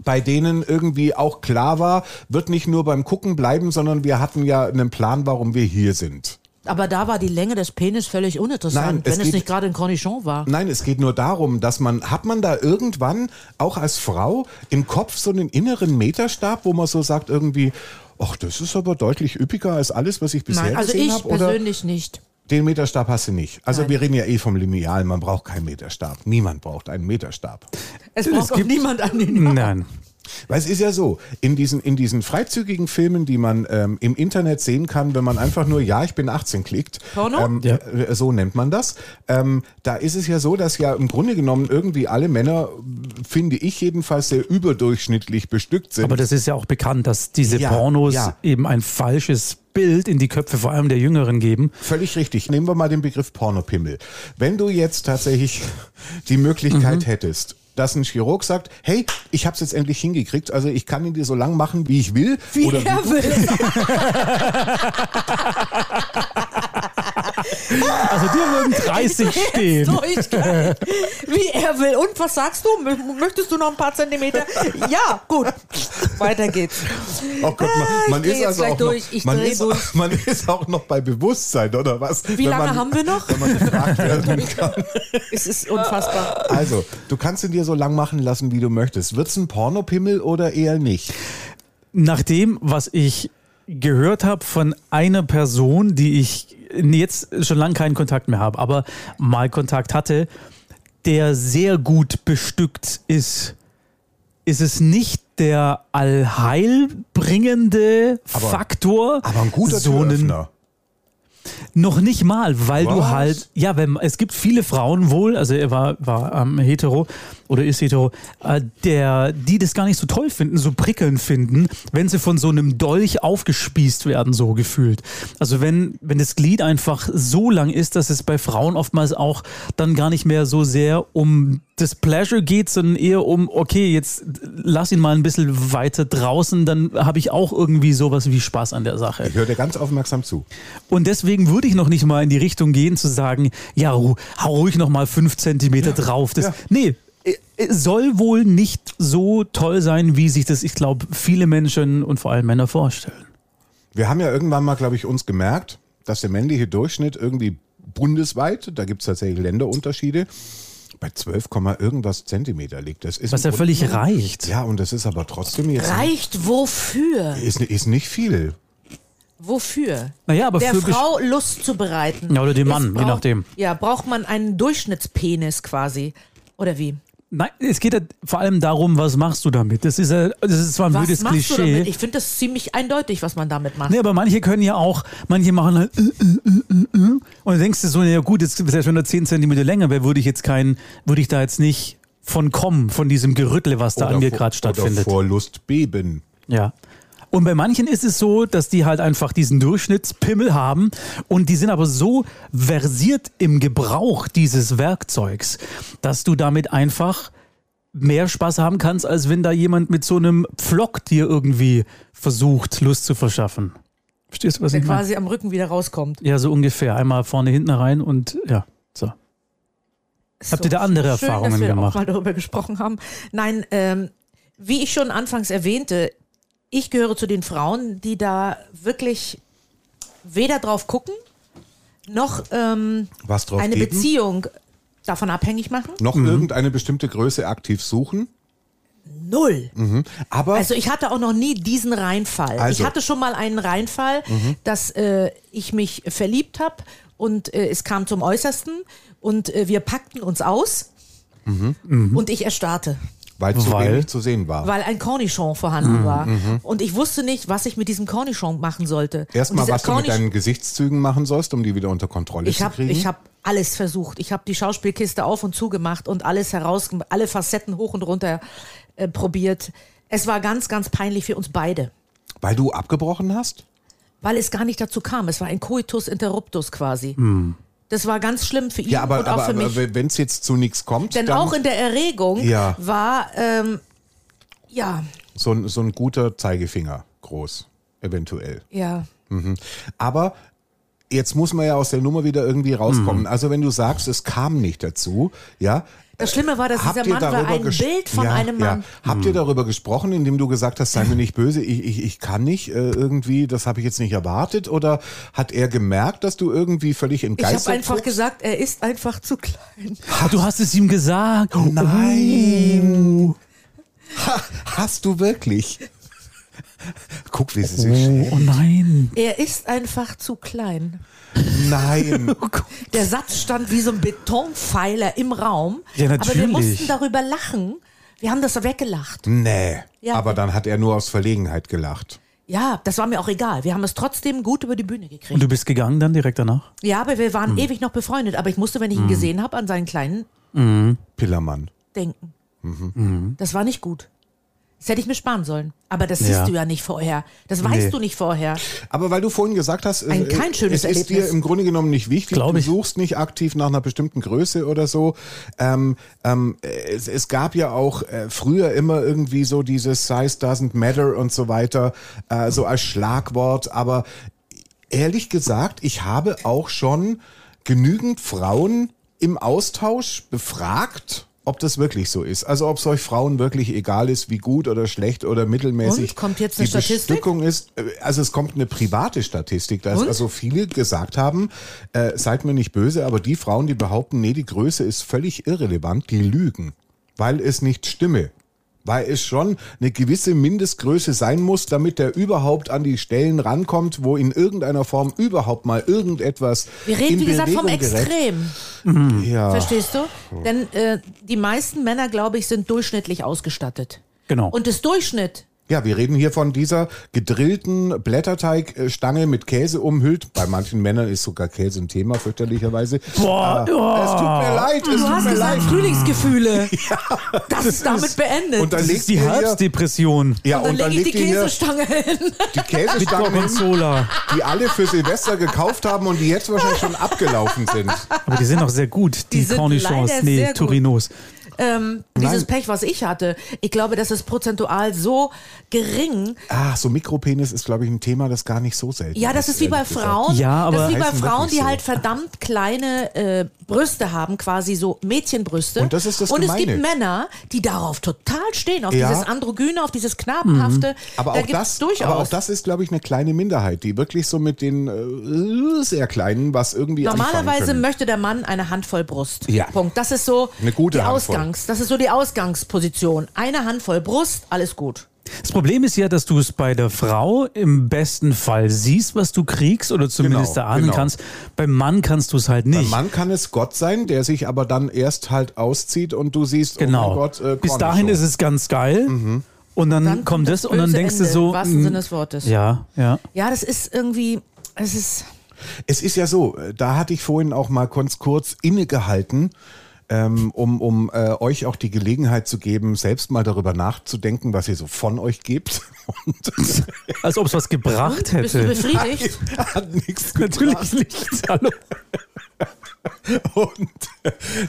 [SPEAKER 3] bei denen irgendwie auch klar war, wird nicht nur beim Gucken bleiben, sondern wir hatten ja einen Plan, warum wir hier sind.
[SPEAKER 4] Aber da war die Länge des Penis völlig uninteressant,
[SPEAKER 3] Nein, es
[SPEAKER 4] wenn es
[SPEAKER 3] geht-
[SPEAKER 4] nicht gerade ein Cornichon war.
[SPEAKER 3] Nein, es geht nur darum, dass man, hat man da irgendwann auch als Frau im Kopf so einen inneren Meterstab, wo man so sagt irgendwie, ach, das ist aber deutlich üppiger als alles, was ich bisher
[SPEAKER 4] Nein, also
[SPEAKER 3] gesehen
[SPEAKER 4] ich
[SPEAKER 3] habe. Oder
[SPEAKER 4] persönlich nicht.
[SPEAKER 3] den Meterstab hast du nicht. Also
[SPEAKER 4] Nein.
[SPEAKER 3] wir reden ja eh vom Lineal, man braucht keinen Meterstab. Niemand braucht einen Meterstab.
[SPEAKER 4] Es braucht auch
[SPEAKER 2] gibt-
[SPEAKER 4] niemand an den
[SPEAKER 2] Nein.
[SPEAKER 3] Weil es ist ja so, in diesen, in diesen freizügigen Filmen, die man ähm, im Internet sehen kann, wenn man einfach nur Ja, ich bin 18 klickt,
[SPEAKER 4] Porno?
[SPEAKER 3] ähm,
[SPEAKER 2] Ja.
[SPEAKER 3] äh, so nennt man das, ähm, da ist es ja so, dass ja im Grunde genommen irgendwie alle Männer, finde ich jedenfalls, sehr überdurchschnittlich bestückt sind.
[SPEAKER 2] Aber das ist ja auch bekannt, dass diese
[SPEAKER 3] Ja,
[SPEAKER 2] Pornos
[SPEAKER 3] ja.
[SPEAKER 2] eben ein falsches Bild in die Köpfe vor allem der Jüngeren geben.
[SPEAKER 3] Völlig richtig. Nehmen wir mal den Begriff Pornopimmel. Wenn du jetzt tatsächlich die Möglichkeit
[SPEAKER 2] Mhm.
[SPEAKER 3] hättest, dass ein Chirurg sagt, hey, ich hab's jetzt endlich hingekriegt, also ich kann ihn dir so lang machen, wie ich will.
[SPEAKER 4] Wie
[SPEAKER 3] oder
[SPEAKER 4] er will.
[SPEAKER 2] Also dir würden 30 stehen.
[SPEAKER 4] Durchgang. Wie er will. Und was sagst du? Mö- Möchtest du noch ein paar Zentimeter? Ja, gut. Weiter geht's.
[SPEAKER 3] Oh Gott,
[SPEAKER 4] Ah,
[SPEAKER 3] man, man
[SPEAKER 4] ich dreh
[SPEAKER 3] ist
[SPEAKER 4] jetzt
[SPEAKER 3] also
[SPEAKER 4] gleich
[SPEAKER 3] auch
[SPEAKER 4] durch.
[SPEAKER 3] Noch,
[SPEAKER 4] Ich
[SPEAKER 3] man,
[SPEAKER 4] dreh
[SPEAKER 3] ist,
[SPEAKER 4] durch.
[SPEAKER 3] man ist auch noch bei Bewusstsein, oder was?
[SPEAKER 4] Wie
[SPEAKER 3] Wenn
[SPEAKER 4] lange
[SPEAKER 3] man,
[SPEAKER 4] haben wir noch?
[SPEAKER 3] Wenn man gefragt werden kann.
[SPEAKER 4] Es ist unfassbar.
[SPEAKER 3] Also, du kannst ihn dir so lang machen lassen, wie du möchtest. Wird's ein Pornopimmel oder eher nicht?
[SPEAKER 2] Nach dem, was ich gehört habe von einer Person, die ich jetzt schon lange keinen Kontakt mehr habe, aber mal Kontakt hatte, der sehr gut bestückt ist, ist es nicht der allheilbringende
[SPEAKER 3] Aber-
[SPEAKER 2] Faktor,
[SPEAKER 3] Aber ein guter
[SPEAKER 2] so einen
[SPEAKER 3] Türöffner.
[SPEAKER 2] Noch nicht mal, weil du
[SPEAKER 3] Was?
[SPEAKER 2] halt, ja, wenn, es gibt viele Frauen wohl, also er war, war ähm, hetero oder ist hetero, äh, der, die das gar nicht so toll finden, so prickelnd finden, wenn sie von so einem Dolch aufgespießt werden, so gefühlt. Also wenn, wenn das Glied einfach so lang ist, dass es bei Frauen oftmals auch dann gar nicht mehr so sehr um das Pleasure geht, sondern eher um, okay, jetzt lass ihn mal ein bisschen weiter draußen, dann habe ich auch irgendwie sowas wie Spaß an der Sache.
[SPEAKER 3] Ich höre dir ganz aufmerksam zu.
[SPEAKER 2] Und deswegen würde ich noch nicht mal in die Richtung gehen, zu sagen, ja, ru- hau ruhig noch mal fünf Zentimeter drauf. Das,
[SPEAKER 3] ja.
[SPEAKER 2] Nee, äh, äh, soll wohl nicht so toll sein, wie sich das, ich glaube, viele Menschen und vor allem Männer vorstellen.
[SPEAKER 3] Wir haben ja irgendwann mal, glaube ich, uns gemerkt, dass der männliche Durchschnitt irgendwie bundesweit, da gibt's tatsächlich Länderunterschiede, bei 12, Komma irgendwas Zentimeter liegt. Das ist
[SPEAKER 2] Was
[SPEAKER 3] im
[SPEAKER 2] ja
[SPEAKER 3] Grund-
[SPEAKER 2] völlig reicht.
[SPEAKER 3] Ja, und das ist aber trotzdem jetzt.
[SPEAKER 4] Reicht wofür?
[SPEAKER 3] Ist, ist nicht viel.
[SPEAKER 4] Wofür?
[SPEAKER 2] Naja, aber
[SPEAKER 4] der
[SPEAKER 2] für best-
[SPEAKER 4] Frau Lust zu bereiten.
[SPEAKER 2] Ja, oder dem
[SPEAKER 4] Es
[SPEAKER 2] Mann, je
[SPEAKER 4] braucht-
[SPEAKER 2] nachdem.
[SPEAKER 4] Ja, braucht man einen Durchschnittspenis quasi. Oder wie?
[SPEAKER 2] Nein, es geht ja vor allem darum, was machst du damit? Das ist, ja, das ist zwar ein
[SPEAKER 4] Was
[SPEAKER 2] blödes
[SPEAKER 4] machst
[SPEAKER 2] Klischee.
[SPEAKER 4] du damit? Ich finde das ziemlich eindeutig, was man damit macht.
[SPEAKER 2] Nee, aber manche können ja auch, manche machen halt äh, äh, äh, äh, äh. und dann denkst du so, ja gut, jetzt selbst wenn er 10 Zentimeter länger wäre, würde ich jetzt keinen, würde ich da jetzt nicht von kommen, von diesem Gerüttle, was da an mir
[SPEAKER 3] vor-
[SPEAKER 2] gerade
[SPEAKER 3] Oder
[SPEAKER 2] stattfindet.
[SPEAKER 3] vor Lust beben.
[SPEAKER 2] Ja. Und bei manchen ist es so, dass die halt einfach diesen Durchschnittspimmel haben und die sind aber so versiert im Gebrauch dieses Werkzeugs, dass du damit einfach mehr Spaß haben kannst, als wenn da jemand mit so einem Pflock dir irgendwie versucht, Lust zu verschaffen. Verstehst du, was
[SPEAKER 4] der
[SPEAKER 2] ich meine?
[SPEAKER 4] quasi am Rücken wieder rauskommt.
[SPEAKER 2] Ja, so ungefähr. Einmal vorne, hinten rein und ja, so. Habt ihr da andere
[SPEAKER 4] schön, dass
[SPEAKER 2] Erfahrungen
[SPEAKER 4] wir
[SPEAKER 2] gemacht?
[SPEAKER 4] Auch mal darüber gesprochen haben. Nein, ähm, wie ich schon anfangs erwähnte, ich gehöre zu den Frauen, die da wirklich weder drauf gucken noch ähm,
[SPEAKER 3] Was drauf
[SPEAKER 4] eine
[SPEAKER 3] geben?
[SPEAKER 4] Beziehung davon abhängig machen.
[SPEAKER 3] Noch
[SPEAKER 2] Mhm.
[SPEAKER 3] irgendeine bestimmte Größe aktiv suchen.
[SPEAKER 4] Null.
[SPEAKER 3] Aber
[SPEAKER 4] Also ich hatte auch noch nie diesen Reinfall.
[SPEAKER 3] Oh. Also. Mhm.
[SPEAKER 4] Ich hatte schon mal einen Reinfall, dass äh, ich mich verliebt habe und äh, es kam zum Äußersten und äh, wir packten uns aus
[SPEAKER 3] Mhm.
[SPEAKER 4] und ich erstarrte,
[SPEAKER 3] weil zu
[SPEAKER 2] Weil?
[SPEAKER 3] wenig zu sehen war.
[SPEAKER 4] weil ein Cornichon vorhanden
[SPEAKER 3] Mhm.
[SPEAKER 4] war. Und ich wusste nicht, was ich mit diesem Cornichon machen sollte. Und
[SPEAKER 3] Erstmal,
[SPEAKER 4] dieser
[SPEAKER 3] was du mit
[SPEAKER 4] Cornichon-
[SPEAKER 3] deinen Gesichtszügen machen sollst, um die wieder unter Kontrolle
[SPEAKER 4] ich
[SPEAKER 3] zu
[SPEAKER 4] habe
[SPEAKER 3] kriegen.
[SPEAKER 4] ich hab alles versucht. Ich habe die Schauspielkiste auf und zugemacht und alles heraus, alle Facetten hoch und runter äh, probiert. Es war ganz, ganz peinlich für uns beide,
[SPEAKER 3] Weil du abgebrochen hast?
[SPEAKER 4] weil es gar nicht dazu kam. Es war ein Coitus interruptus quasi. Das war ganz schlimm für ihn
[SPEAKER 3] Hm. Ja, aber,
[SPEAKER 4] und auch
[SPEAKER 3] aber,
[SPEAKER 4] für mich.
[SPEAKER 3] aber wenn es jetzt zu nichts kommt,
[SPEAKER 4] Denn
[SPEAKER 3] dann
[SPEAKER 4] auch in der Erregung
[SPEAKER 3] Ja.
[SPEAKER 4] war, ähm, ja,
[SPEAKER 3] so, ein, so ein guter Zeigefinger groß, eventuell.
[SPEAKER 4] ja.
[SPEAKER 3] Aber jetzt muss man ja aus der Nummer wieder irgendwie rauskommen.
[SPEAKER 2] Mhm.
[SPEAKER 3] Also wenn du sagst, es kam nicht dazu, ja.
[SPEAKER 4] Das Schlimme war, dass dieser Mann war ein
[SPEAKER 3] ges-
[SPEAKER 4] Bild von
[SPEAKER 3] ja,
[SPEAKER 4] einem Mann.
[SPEAKER 3] Ja. Habt ihr darüber gesprochen, indem du gesagt hast, sei mir nicht böse, ich, ich, ich kann nicht äh, irgendwie, das habe ich jetzt nicht erwartet? Oder hat er gemerkt, dass du irgendwie völlig im
[SPEAKER 4] Ich
[SPEAKER 3] Geist
[SPEAKER 4] habe einfach gesagt, er ist einfach zu klein.
[SPEAKER 2] Ach, Ah, du hast es ihm gesagt.
[SPEAKER 3] Oh, Nein. Ha, hast du wirklich? Guck, wie sie sich schämt.
[SPEAKER 2] Oh nein.
[SPEAKER 4] Er ist einfach zu klein.
[SPEAKER 3] Nein.
[SPEAKER 4] Der Satz stand wie so ein Betonpfeiler im Raum.
[SPEAKER 2] Ja,
[SPEAKER 4] Aber wir
[SPEAKER 2] natürlich.
[SPEAKER 4] mussten darüber lachen. Wir haben das weggelacht.
[SPEAKER 3] Nee.
[SPEAKER 4] Ja.
[SPEAKER 3] Aber dann hat er nur aus Verlegenheit gelacht.
[SPEAKER 4] Ja, das war mir auch egal. Wir haben es trotzdem gut über die Bühne
[SPEAKER 2] Und
[SPEAKER 4] gekriegt.
[SPEAKER 2] du bist gegangen dann direkt danach?
[SPEAKER 4] Ja, aber wir
[SPEAKER 3] Hm.
[SPEAKER 4] waren ewig noch befreundet. Aber ich musste, wenn ich ihn gesehen habe, an seinen kleinen
[SPEAKER 3] Pillermann.
[SPEAKER 4] denken.
[SPEAKER 3] Mhm.
[SPEAKER 4] Das war nicht gut. Das hätte ich mir sparen sollen. Aber das
[SPEAKER 2] Ja.
[SPEAKER 4] siehst du ja nicht vorher. Das weißt
[SPEAKER 2] Nee.
[SPEAKER 4] du nicht vorher.
[SPEAKER 3] Aber weil du vorhin gesagt hast, äh,
[SPEAKER 4] Ein kein schönes
[SPEAKER 3] es ist dir
[SPEAKER 4] Erlebnis.
[SPEAKER 3] im Grunde genommen nicht wichtig,
[SPEAKER 2] Glaub
[SPEAKER 3] du
[SPEAKER 2] ich.
[SPEAKER 3] suchst nicht aktiv nach einer bestimmten Größe oder so. Ähm, ähm, es, es gab ja auch äh, früher immer irgendwie so dieses Size doesn't matter und so weiter, äh, so als Schlagwort. Aber ehrlich gesagt, ich habe auch schon genügend Frauen im Austausch befragt, ob das wirklich so ist. Also ob es euch Frauen wirklich egal ist, wie gut oder schlecht oder mittelmäßig
[SPEAKER 4] Und? Kommt jetzt eine
[SPEAKER 3] die
[SPEAKER 4] Statistik?
[SPEAKER 3] Bestückung ist. äh, Also es kommt eine private Statistik, dass
[SPEAKER 4] Und?
[SPEAKER 3] also viele gesagt haben, äh, seid mir nicht böse, aber die Frauen, die behaupten, nee, die Größe ist völlig irrelevant, die lügen, weil es nicht stimme. Weil es schon eine gewisse Mindestgröße sein muss, damit der überhaupt an die Stellen rankommt, wo in irgendeiner Form überhaupt mal irgendetwas.
[SPEAKER 4] Wir reden,
[SPEAKER 3] in
[SPEAKER 4] wie gesagt, vom
[SPEAKER 3] Bewegung gerät. Ah. Oh.
[SPEAKER 4] Extrem.
[SPEAKER 3] Ja.
[SPEAKER 4] Verstehst du? Denn äh, die meisten Männer, glaube ich, sind durchschnittlich ausgestattet.
[SPEAKER 2] Genau.
[SPEAKER 4] Und das Durchschnitt,
[SPEAKER 3] Ja, wir reden hier von dieser gedrillten Blätterteigstange mit Käse umhüllt. Bei manchen Männern ist sogar Käse ein Thema, fürchterlicherweise.
[SPEAKER 2] Boah,
[SPEAKER 3] Ah, Es tut mir leid, es
[SPEAKER 4] oh. du
[SPEAKER 3] tut
[SPEAKER 4] hast
[SPEAKER 3] mir leid.
[SPEAKER 4] gesagt, Frühlingsgefühle. das ist damit beendet.
[SPEAKER 3] Und dann
[SPEAKER 2] das
[SPEAKER 3] legt
[SPEAKER 2] ist die
[SPEAKER 3] ihr hier-
[SPEAKER 2] Herbstdepression.
[SPEAKER 3] Ja,
[SPEAKER 4] Dann
[SPEAKER 3] und dann
[SPEAKER 4] lege ich
[SPEAKER 3] legt
[SPEAKER 4] die
[SPEAKER 3] ihr hier
[SPEAKER 4] Käsestange hin.
[SPEAKER 3] die Käsestangen hin,
[SPEAKER 2] Gorgonzola.
[SPEAKER 3] die alle für Silvester gekauft haben und die jetzt wahrscheinlich schon abgelaufen sind.
[SPEAKER 2] Aber die sind auch sehr gut, die,
[SPEAKER 4] Die sind
[SPEAKER 2] Cornichons.
[SPEAKER 4] leider
[SPEAKER 2] Nee,
[SPEAKER 4] sehr gut.
[SPEAKER 2] Tourinos.
[SPEAKER 4] Ähm, dieses Pech, was ich hatte, ich glaube, das ist prozentual so gering.
[SPEAKER 3] Ah, so Mikropenis ist, glaube ich, ein Thema, das gar nicht so selten
[SPEAKER 4] Ja, das ist wie bei
[SPEAKER 3] ehrlich gesagt.
[SPEAKER 4] Frauen.
[SPEAKER 2] Ja, aber-
[SPEAKER 4] das ist wie bei
[SPEAKER 3] Heißen
[SPEAKER 4] Frauen,
[SPEAKER 3] wirklich
[SPEAKER 4] die
[SPEAKER 3] so.
[SPEAKER 4] halt verdammt kleine äh, Brüste haben, quasi so Mädchenbrüste.
[SPEAKER 3] Und das ist das
[SPEAKER 4] Und es
[SPEAKER 3] Gemeine.
[SPEAKER 4] gibt Männer, die darauf total stehen, auf
[SPEAKER 3] Ja. Mhm.
[SPEAKER 4] dieses Androgyne, auf dieses Knabenhafte.
[SPEAKER 3] Aber
[SPEAKER 4] da
[SPEAKER 3] auch,
[SPEAKER 4] gibt's
[SPEAKER 3] das,
[SPEAKER 4] durchaus.
[SPEAKER 3] aber auch das ist, glaube ich, eine kleine Minderheit, die wirklich so mit den äh, sehr kleinen was irgendwie anfangen
[SPEAKER 4] Normalerweise
[SPEAKER 3] können.
[SPEAKER 4] möchte der Mann eine Handvoll Brust.
[SPEAKER 3] Ja.
[SPEAKER 4] Punkt. Das ist so
[SPEAKER 3] Eine gute
[SPEAKER 4] die
[SPEAKER 3] Handvoll.
[SPEAKER 4] Ausgangs, das ist so die Ausgangsposition. Eine Handvoll Brust, alles gut.
[SPEAKER 2] Das Problem ist ja, dass du es bei der Frau im besten Fall siehst, was du kriegst oder zumindest
[SPEAKER 3] Genau,
[SPEAKER 2] erahnen
[SPEAKER 3] genau.
[SPEAKER 2] kannst. Beim Mann kannst du es halt
[SPEAKER 3] Beim
[SPEAKER 2] nicht.
[SPEAKER 3] Mann kann es Gott sein, der sich aber dann erst halt auszieht und du siehst, oh
[SPEAKER 2] genau.
[SPEAKER 3] mein Gott, äh, Mhm.
[SPEAKER 2] Bis dahin ist es ganz geil. Und dann,
[SPEAKER 4] Dann
[SPEAKER 2] kommt
[SPEAKER 4] kommt
[SPEAKER 2] das,
[SPEAKER 4] das
[SPEAKER 2] und dann
[SPEAKER 4] böse
[SPEAKER 2] denkst du
[SPEAKER 4] Ende,
[SPEAKER 2] so.
[SPEAKER 4] im wahrsten
[SPEAKER 2] mh,
[SPEAKER 4] Sinne des Wortes.
[SPEAKER 2] Ja, ja.
[SPEAKER 4] Ja, das ist irgendwie, es ist
[SPEAKER 3] Es ist ja so, äh, da hatte ich vorhin auch mal kurz, kurz innegehalten, ähm, um, um äh, euch auch die Gelegenheit zu geben, selbst mal darüber nachzudenken, was ihr so von euch gebt. Und
[SPEAKER 2] Als ob es was gebracht
[SPEAKER 4] bist du
[SPEAKER 2] hätte.
[SPEAKER 4] befriedigt?
[SPEAKER 3] hat nichts
[SPEAKER 2] Natürlich nicht. Hallo.
[SPEAKER 3] Und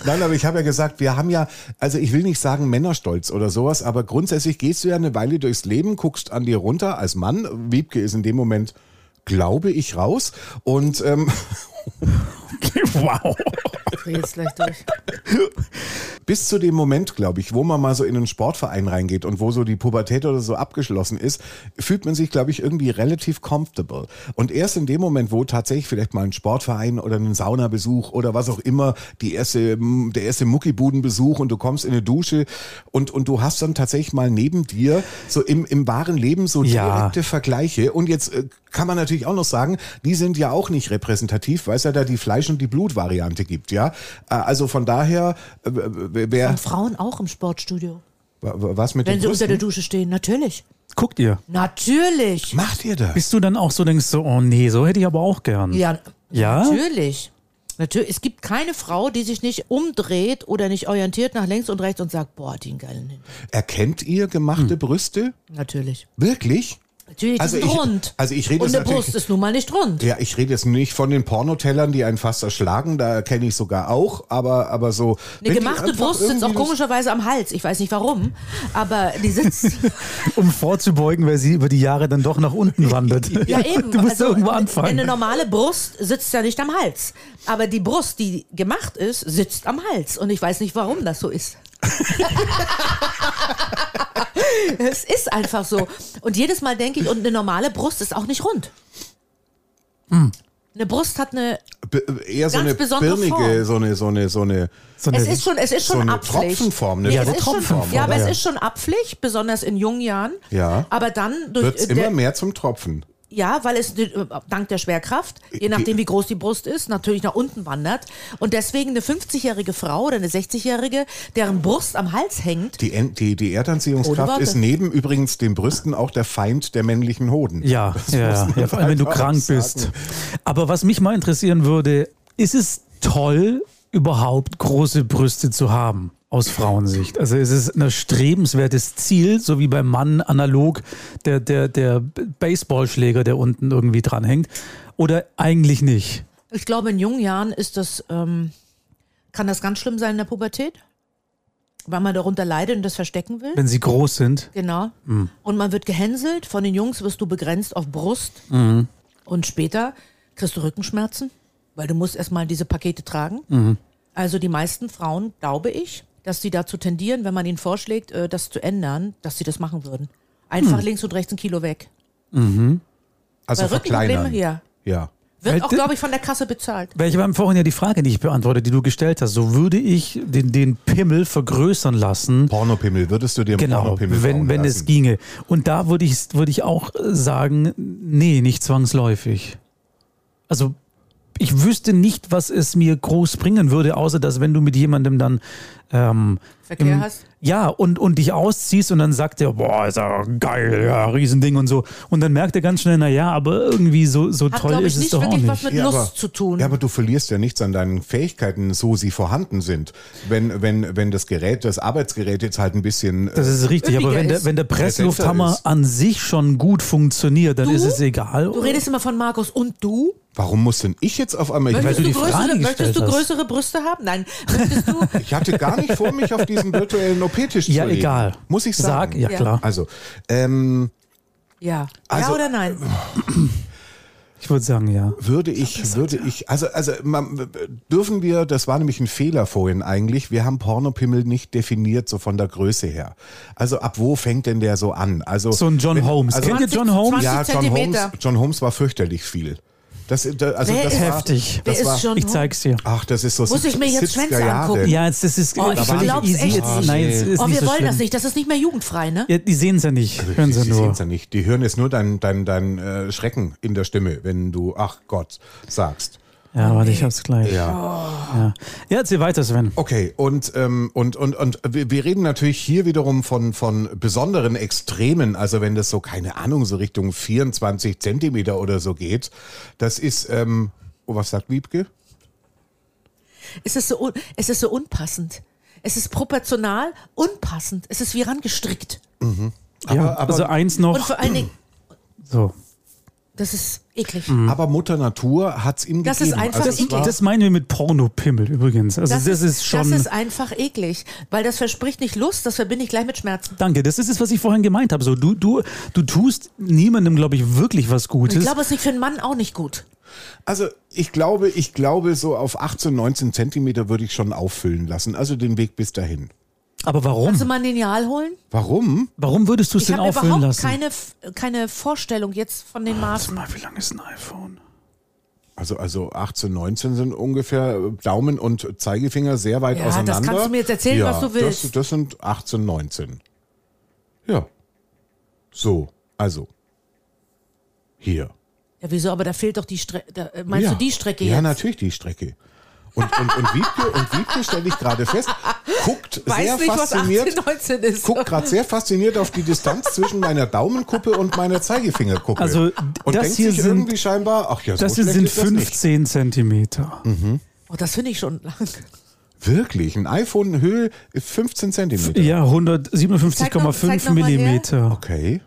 [SPEAKER 3] nein, aber ich habe ja gesagt, wir haben ja, also ich will nicht sagen Männerstolz oder sowas, aber grundsätzlich gehst du ja eine Weile durchs Leben, guckst an dir runter als Mann. Wiebke ist in dem Moment, glaube ich, raus. Und ähm,
[SPEAKER 2] wow.
[SPEAKER 4] Ich dreh jetzt gleich durch.
[SPEAKER 3] bis zu dem Moment, glaube ich, wo man mal so in einen Sportverein reingeht und wo so die Pubertät oder so abgeschlossen ist, fühlt man sich, glaube ich, irgendwie relativ comfortable. Und erst in dem Moment, wo tatsächlich vielleicht mal ein Sportverein oder einen Saunabesuch oder was auch immer, die erste, der erste Muckibudenbesuch und du kommst in eine Dusche und, und du hast dann tatsächlich mal neben dir so im, im wahren Leben so
[SPEAKER 2] Ja.
[SPEAKER 3] direkte Vergleiche. Und jetzt äh, kann man natürlich auch noch sagen, die sind ja auch nicht repräsentativ, weil es ja da die Fleisch- und die Blutvariante gibt, ja. Äh, Also von daher, äh, w- wer
[SPEAKER 4] Und Frauen auch im Sportstudio.
[SPEAKER 3] wa- wa- was mit
[SPEAKER 4] Wenn
[SPEAKER 3] den
[SPEAKER 4] sie unter der
[SPEAKER 3] Brüsten?
[SPEAKER 4] Dusche stehen, natürlich.
[SPEAKER 2] Guckt ihr.
[SPEAKER 4] Natürlich.
[SPEAKER 3] Macht ihr das?
[SPEAKER 2] Bist du dann auch so, denkst du, oh nee, so hätte ich aber auch gern.
[SPEAKER 4] Ja,
[SPEAKER 2] Ja?
[SPEAKER 4] natürlich. Natürlich, es gibt keine Frau, die sich nicht umdreht oder nicht orientiert nach links und rechts und sagt, boah, hat die einen geilen Hintern.
[SPEAKER 3] Erkennt ihr gemachte Brüste?
[SPEAKER 4] Natürlich.
[SPEAKER 3] Wirklich?
[SPEAKER 4] Natürlich, die
[SPEAKER 3] Also
[SPEAKER 4] sind
[SPEAKER 3] ich-
[SPEAKER 4] rund.
[SPEAKER 3] also ich rede
[SPEAKER 4] Und
[SPEAKER 3] jetzt
[SPEAKER 4] eine Brust
[SPEAKER 3] natürlich-
[SPEAKER 4] ist nun mal nicht rund.
[SPEAKER 3] Ja, ich rede jetzt nicht von den Pornotellern, die einen fast erschlagen, da kenne ich sogar auch, aber, aber so.
[SPEAKER 4] Eine gemachte Brust sitzt auch
[SPEAKER 3] komisch.
[SPEAKER 4] komischerweise am Hals. Ich weiß nicht warum, aber die sitzt.
[SPEAKER 2] um vorzubeugen, weil sie über die Jahre dann doch nach unten wandert.
[SPEAKER 4] ja, eben.
[SPEAKER 2] Du musst
[SPEAKER 4] Also,
[SPEAKER 2] irgendwo anfangen.
[SPEAKER 4] Eine normale Brust sitzt ja nicht am Hals. Aber die Brust, die gemacht ist, sitzt am Hals. Und ich weiß nicht, warum das so ist. es ist einfach so. Und jedes Mal denke ich, und eine normale Brust ist auch nicht rund.
[SPEAKER 3] Hm.
[SPEAKER 4] Eine Brust hat eine.
[SPEAKER 3] Eher so
[SPEAKER 4] Ganz
[SPEAKER 3] eine
[SPEAKER 4] besondere
[SPEAKER 3] birnige,
[SPEAKER 4] Form.
[SPEAKER 3] so eine, so eine, so eine.
[SPEAKER 2] So eine-
[SPEAKER 4] Es ist schon, es ist schon
[SPEAKER 3] so eine
[SPEAKER 4] abflächig.
[SPEAKER 3] Tropfenform, ne?
[SPEAKER 4] Ja,
[SPEAKER 3] Ja,
[SPEAKER 4] es
[SPEAKER 3] so
[SPEAKER 4] ist schon,
[SPEAKER 3] Tropfenform,
[SPEAKER 4] ja, aber
[SPEAKER 3] ja.
[SPEAKER 4] es ist schon abflächig, besonders in jungen Jahren.
[SPEAKER 3] Ja.
[SPEAKER 4] Aber dann durch
[SPEAKER 3] Wird's
[SPEAKER 4] äh, der-
[SPEAKER 3] immer mehr zum Tropfen.
[SPEAKER 4] Ja, weil es äh, dank der Schwerkraft, je nachdem wie groß die Brust ist, natürlich nach unten wandert. Und deswegen eine 50-jährige Frau oder eine 60-jährige, deren Brust am Hals hängt,
[SPEAKER 3] Die, En- die, die
[SPEAKER 4] Ohne
[SPEAKER 3] Erdanziehungskraft
[SPEAKER 4] Worte.
[SPEAKER 3] ist neben übrigens den Brüsten auch der Feind der männlichen Hoden.
[SPEAKER 2] Ja, ja, ja, vor allem wenn du
[SPEAKER 3] einfach
[SPEAKER 2] krank
[SPEAKER 3] sagen.
[SPEAKER 2] bist. Aber was mich mal interessieren würde, ist es toll, überhaupt große Brüste zu haben? Aus Frauensicht. Also ist es ein erstrebenswertes Ziel, so wie beim Mann analog der, der, der Baseballschläger, der unten irgendwie dranhängt? Oder eigentlich nicht?
[SPEAKER 4] ich glaube, in jungen Jahren ist das, ähm, kann das ganz schlimm sein in der Pubertät, weil man darunter leidet und das verstecken will.
[SPEAKER 2] Wenn sie groß sind,
[SPEAKER 4] Genau.
[SPEAKER 2] Mhm.
[SPEAKER 4] Und man wird gehänselt, von den Jungs wirst du begrenzt auf Brust.
[SPEAKER 2] Mhm.
[SPEAKER 4] Und später kriegst du Rückenschmerzen, weil du musst erstmal diese Pakete tragen.
[SPEAKER 2] Mhm.
[SPEAKER 4] Also die meisten Frauen, glaube ich, dass sie dazu tendieren, wenn man ihnen vorschlägt, äh, das zu ändern, dass sie das machen würden.
[SPEAKER 2] Mhm.
[SPEAKER 4] Einfach links und rechts ein Kilo weg.
[SPEAKER 3] Also verkleinern.
[SPEAKER 4] ja.
[SPEAKER 3] Ja.
[SPEAKER 2] Weil
[SPEAKER 4] Wird auch,
[SPEAKER 2] das-
[SPEAKER 4] glaube ich, von der Kasse bezahlt.
[SPEAKER 2] Weil ich habe vorhin ja die Frage nicht beantwortet, die du gestellt hast. So würde ich den, den Pimmel vergrößern lassen.
[SPEAKER 3] Pornopimmel, würdest du dir einen
[SPEAKER 2] Genau,
[SPEAKER 3] Pornopimmel bauen
[SPEAKER 2] wenn, wenn
[SPEAKER 3] lassen?
[SPEAKER 2] es ginge. Und da würde ich, würde ich auch sagen, nee, nicht zwangsläufig. Also ich wüsste nicht, was es mir groß bringen würde, außer dass wenn du mit jemandem dann ähm,
[SPEAKER 4] Verkehr
[SPEAKER 2] im-
[SPEAKER 4] hast?
[SPEAKER 2] Ja, und, und dich ausziehst und dann sagt er, boah, ist ja geil, ja, Riesending und so. Und dann merkt er ganz schnell, naja, aber irgendwie so, so
[SPEAKER 4] Hat,
[SPEAKER 2] toll
[SPEAKER 4] glaube
[SPEAKER 2] ist
[SPEAKER 4] ich,
[SPEAKER 2] es
[SPEAKER 4] nicht
[SPEAKER 2] doch auch
[SPEAKER 4] wirklich
[SPEAKER 2] nicht.
[SPEAKER 4] was mit Lust zu tun.
[SPEAKER 3] Ja, aber du verlierst ja nichts an deinen Fähigkeiten, so sie vorhanden sind. Wenn, wenn, wenn das Gerät, das Arbeitsgerät jetzt halt ein bisschen.
[SPEAKER 2] Das ist richtig, aber
[SPEAKER 4] Üppiger
[SPEAKER 2] wenn der,
[SPEAKER 4] ist.
[SPEAKER 2] wenn der
[SPEAKER 3] Der
[SPEAKER 2] Presslufthammer
[SPEAKER 3] Sensor ist.
[SPEAKER 2] an sich schon gut funktioniert, dann
[SPEAKER 4] Du?
[SPEAKER 2] ist es egal.
[SPEAKER 4] du redest immer von Markus und du?
[SPEAKER 3] warum muss denn ich jetzt auf einmal.
[SPEAKER 2] Weil
[SPEAKER 4] Möchtest
[SPEAKER 2] du
[SPEAKER 4] du,
[SPEAKER 2] die Frage
[SPEAKER 4] größere, möchtest
[SPEAKER 2] gestellt
[SPEAKER 4] du
[SPEAKER 2] hast.
[SPEAKER 4] größere Brüste haben? Nein. Möchtest du,
[SPEAKER 3] Ich hatte gar nicht vor, mich auf diesen virtuellen OP-Tisch
[SPEAKER 2] ja,
[SPEAKER 3] zu legen.
[SPEAKER 2] egal.
[SPEAKER 3] Muss ich sagen.
[SPEAKER 2] Sag, ja,
[SPEAKER 4] Ja.
[SPEAKER 2] klar.
[SPEAKER 3] Also, ähm,
[SPEAKER 4] ja. ja
[SPEAKER 3] Also-
[SPEAKER 4] oder nein?
[SPEAKER 2] äh, Ich würde sagen, ja.
[SPEAKER 3] würde ich, würde ich, also, also man, dürfen wir, das war nämlich ein Fehler vorhin eigentlich, wir haben Pornopimmel nicht definiert, so von der Größe her. Also ab wo fängt denn der so an? Also
[SPEAKER 2] So ein John
[SPEAKER 3] wenn-
[SPEAKER 2] Holmes.
[SPEAKER 3] Also,
[SPEAKER 2] Kennt ihr
[SPEAKER 4] 20,
[SPEAKER 2] John Holmes?
[SPEAKER 4] 20
[SPEAKER 3] ja, John
[SPEAKER 4] Zentimeter.
[SPEAKER 3] Holmes, John Holmes war fürchterlich viel. Das, da- also
[SPEAKER 4] Wer
[SPEAKER 3] das
[SPEAKER 4] ist-
[SPEAKER 3] war,
[SPEAKER 2] Heftig.
[SPEAKER 4] Wer
[SPEAKER 3] Das
[SPEAKER 4] ist
[SPEAKER 3] war,
[SPEAKER 4] schon
[SPEAKER 2] Ich zeig's dir.
[SPEAKER 3] Ach, das ist so
[SPEAKER 4] Muss ich mir jetzt
[SPEAKER 3] 70er
[SPEAKER 4] Schwänze
[SPEAKER 3] Ah,
[SPEAKER 4] angucken?
[SPEAKER 2] Ja, jetzt, das ist
[SPEAKER 4] Oh, ich
[SPEAKER 2] völlig
[SPEAKER 4] glaub's
[SPEAKER 2] easy.
[SPEAKER 4] echt
[SPEAKER 2] Jetzt,
[SPEAKER 4] nicht.
[SPEAKER 2] nein, es ist
[SPEAKER 4] Oh,
[SPEAKER 2] nicht
[SPEAKER 4] wir
[SPEAKER 2] so
[SPEAKER 4] wollen
[SPEAKER 2] schlimm.
[SPEAKER 4] das nicht. Das ist nicht mehr jugendfrei, ne?
[SPEAKER 2] Ja, die sehen's ja nicht. Hören sie
[SPEAKER 3] Sie sehen
[SPEAKER 2] nur.
[SPEAKER 3] es ja nicht. Die hören jetzt nur dein, dein, dein äh, Schrecken in der Stimme, wenn du ach Gott sagst.
[SPEAKER 2] Ja, warte, ich hab's gleich. Ja,
[SPEAKER 3] Ja.
[SPEAKER 2] ja erzähl weiter, Sven.
[SPEAKER 3] Okay, und, ähm, und, und, und wir, wir reden natürlich hier wiederum von, von besonderen Extremen. Also wenn das so, keine Ahnung, so Richtung 24 Zentimeter oder so geht, das ist, ähm, oh, was sagt Wiebke?
[SPEAKER 4] Es ist so, un es ist so unpassend. Es ist proportional unpassend. Es ist wie rangestrickt.
[SPEAKER 2] ja,
[SPEAKER 3] Oh, aber-
[SPEAKER 2] also eins
[SPEAKER 4] Und
[SPEAKER 2] noch.
[SPEAKER 4] vor allen Dingen,
[SPEAKER 2] So.
[SPEAKER 4] das ist eklig.
[SPEAKER 2] Mhm.
[SPEAKER 3] Aber Mutter Natur hat's ihm
[SPEAKER 4] Hm. Das ist
[SPEAKER 3] gegeben.
[SPEAKER 4] einfach
[SPEAKER 3] also, es
[SPEAKER 4] eklig.
[SPEAKER 3] war-
[SPEAKER 2] Das meinen wir mit Pornopimmel übrigens. Also das, ist schon.
[SPEAKER 4] das ist einfach eklig, weil das verspricht nicht Lust, das verbinde ich gleich mit Schmerzen.
[SPEAKER 2] Danke, das ist es, was ich vorhin gemeint habe. So, du, du, du tust niemandem, glaube ich, wirklich was
[SPEAKER 4] Ich
[SPEAKER 2] Gutes.
[SPEAKER 4] glaube, es ist nicht für einen Mann auch nicht gut.
[SPEAKER 2] Mhm.
[SPEAKER 3] Also ich glaube, ich glaube, so auf 18, 19 Zentimeter würde ich schon auffüllen lassen. Also den Weg bis dahin.
[SPEAKER 2] Aber
[SPEAKER 4] Kannst du
[SPEAKER 2] warum?
[SPEAKER 4] mal ein Lineal holen?
[SPEAKER 3] Warum?
[SPEAKER 2] Warum würdest du es
[SPEAKER 4] Also, Ich
[SPEAKER 2] denn
[SPEAKER 4] habe
[SPEAKER 2] auffüllen
[SPEAKER 4] überhaupt
[SPEAKER 2] lassen?
[SPEAKER 4] keine F- keine Vorstellung jetzt von den
[SPEAKER 2] Warte
[SPEAKER 4] Maßen.
[SPEAKER 2] mal, wie lang ist ein iPhone?
[SPEAKER 3] Also, also 18, 19 sind ungefähr äh, Daumen und Zeigefinger sehr weit
[SPEAKER 4] Ja, das
[SPEAKER 3] auseinander.
[SPEAKER 4] kannst du mir jetzt erzählen,
[SPEAKER 3] ja,
[SPEAKER 4] was du willst.
[SPEAKER 3] Das, das sind 18, 19. Ja. So, also. Hier.
[SPEAKER 4] Ja, wieso? Aber da fehlt doch die Strecke. Da, äh, meinst
[SPEAKER 3] ja.
[SPEAKER 4] du die Strecke
[SPEAKER 3] Ja,
[SPEAKER 4] jetzt?
[SPEAKER 3] natürlich die Strecke. Und, und, und Wiebke, und Wiebke stelle ich gerade fest, guckt sehr
[SPEAKER 4] Weiß nicht, was
[SPEAKER 3] fasziniert
[SPEAKER 4] 18, 19 ist.
[SPEAKER 3] guck gerade sehr fasziniert auf die Distanz zwischen meiner Daumenkuppe und meiner Zeigefingerkuppe.
[SPEAKER 2] Also,
[SPEAKER 3] und
[SPEAKER 2] das
[SPEAKER 3] denkt
[SPEAKER 2] hier
[SPEAKER 3] sich
[SPEAKER 2] sind-
[SPEAKER 3] irgendwie scheinbar, ach ja, so
[SPEAKER 2] Das hier
[SPEAKER 3] schlecht
[SPEAKER 2] sind
[SPEAKER 3] ist das nicht.
[SPEAKER 2] 15 Zentimeter.
[SPEAKER 4] Oh, das finde ich schon lang.
[SPEAKER 3] Wirklich? Ein iPhone Höhe 15 Zentimeter.
[SPEAKER 2] Ja,
[SPEAKER 4] Zeig noch- zeig noch
[SPEAKER 2] 157,5
[SPEAKER 4] mal her.
[SPEAKER 2] Millimeter.
[SPEAKER 3] Okay.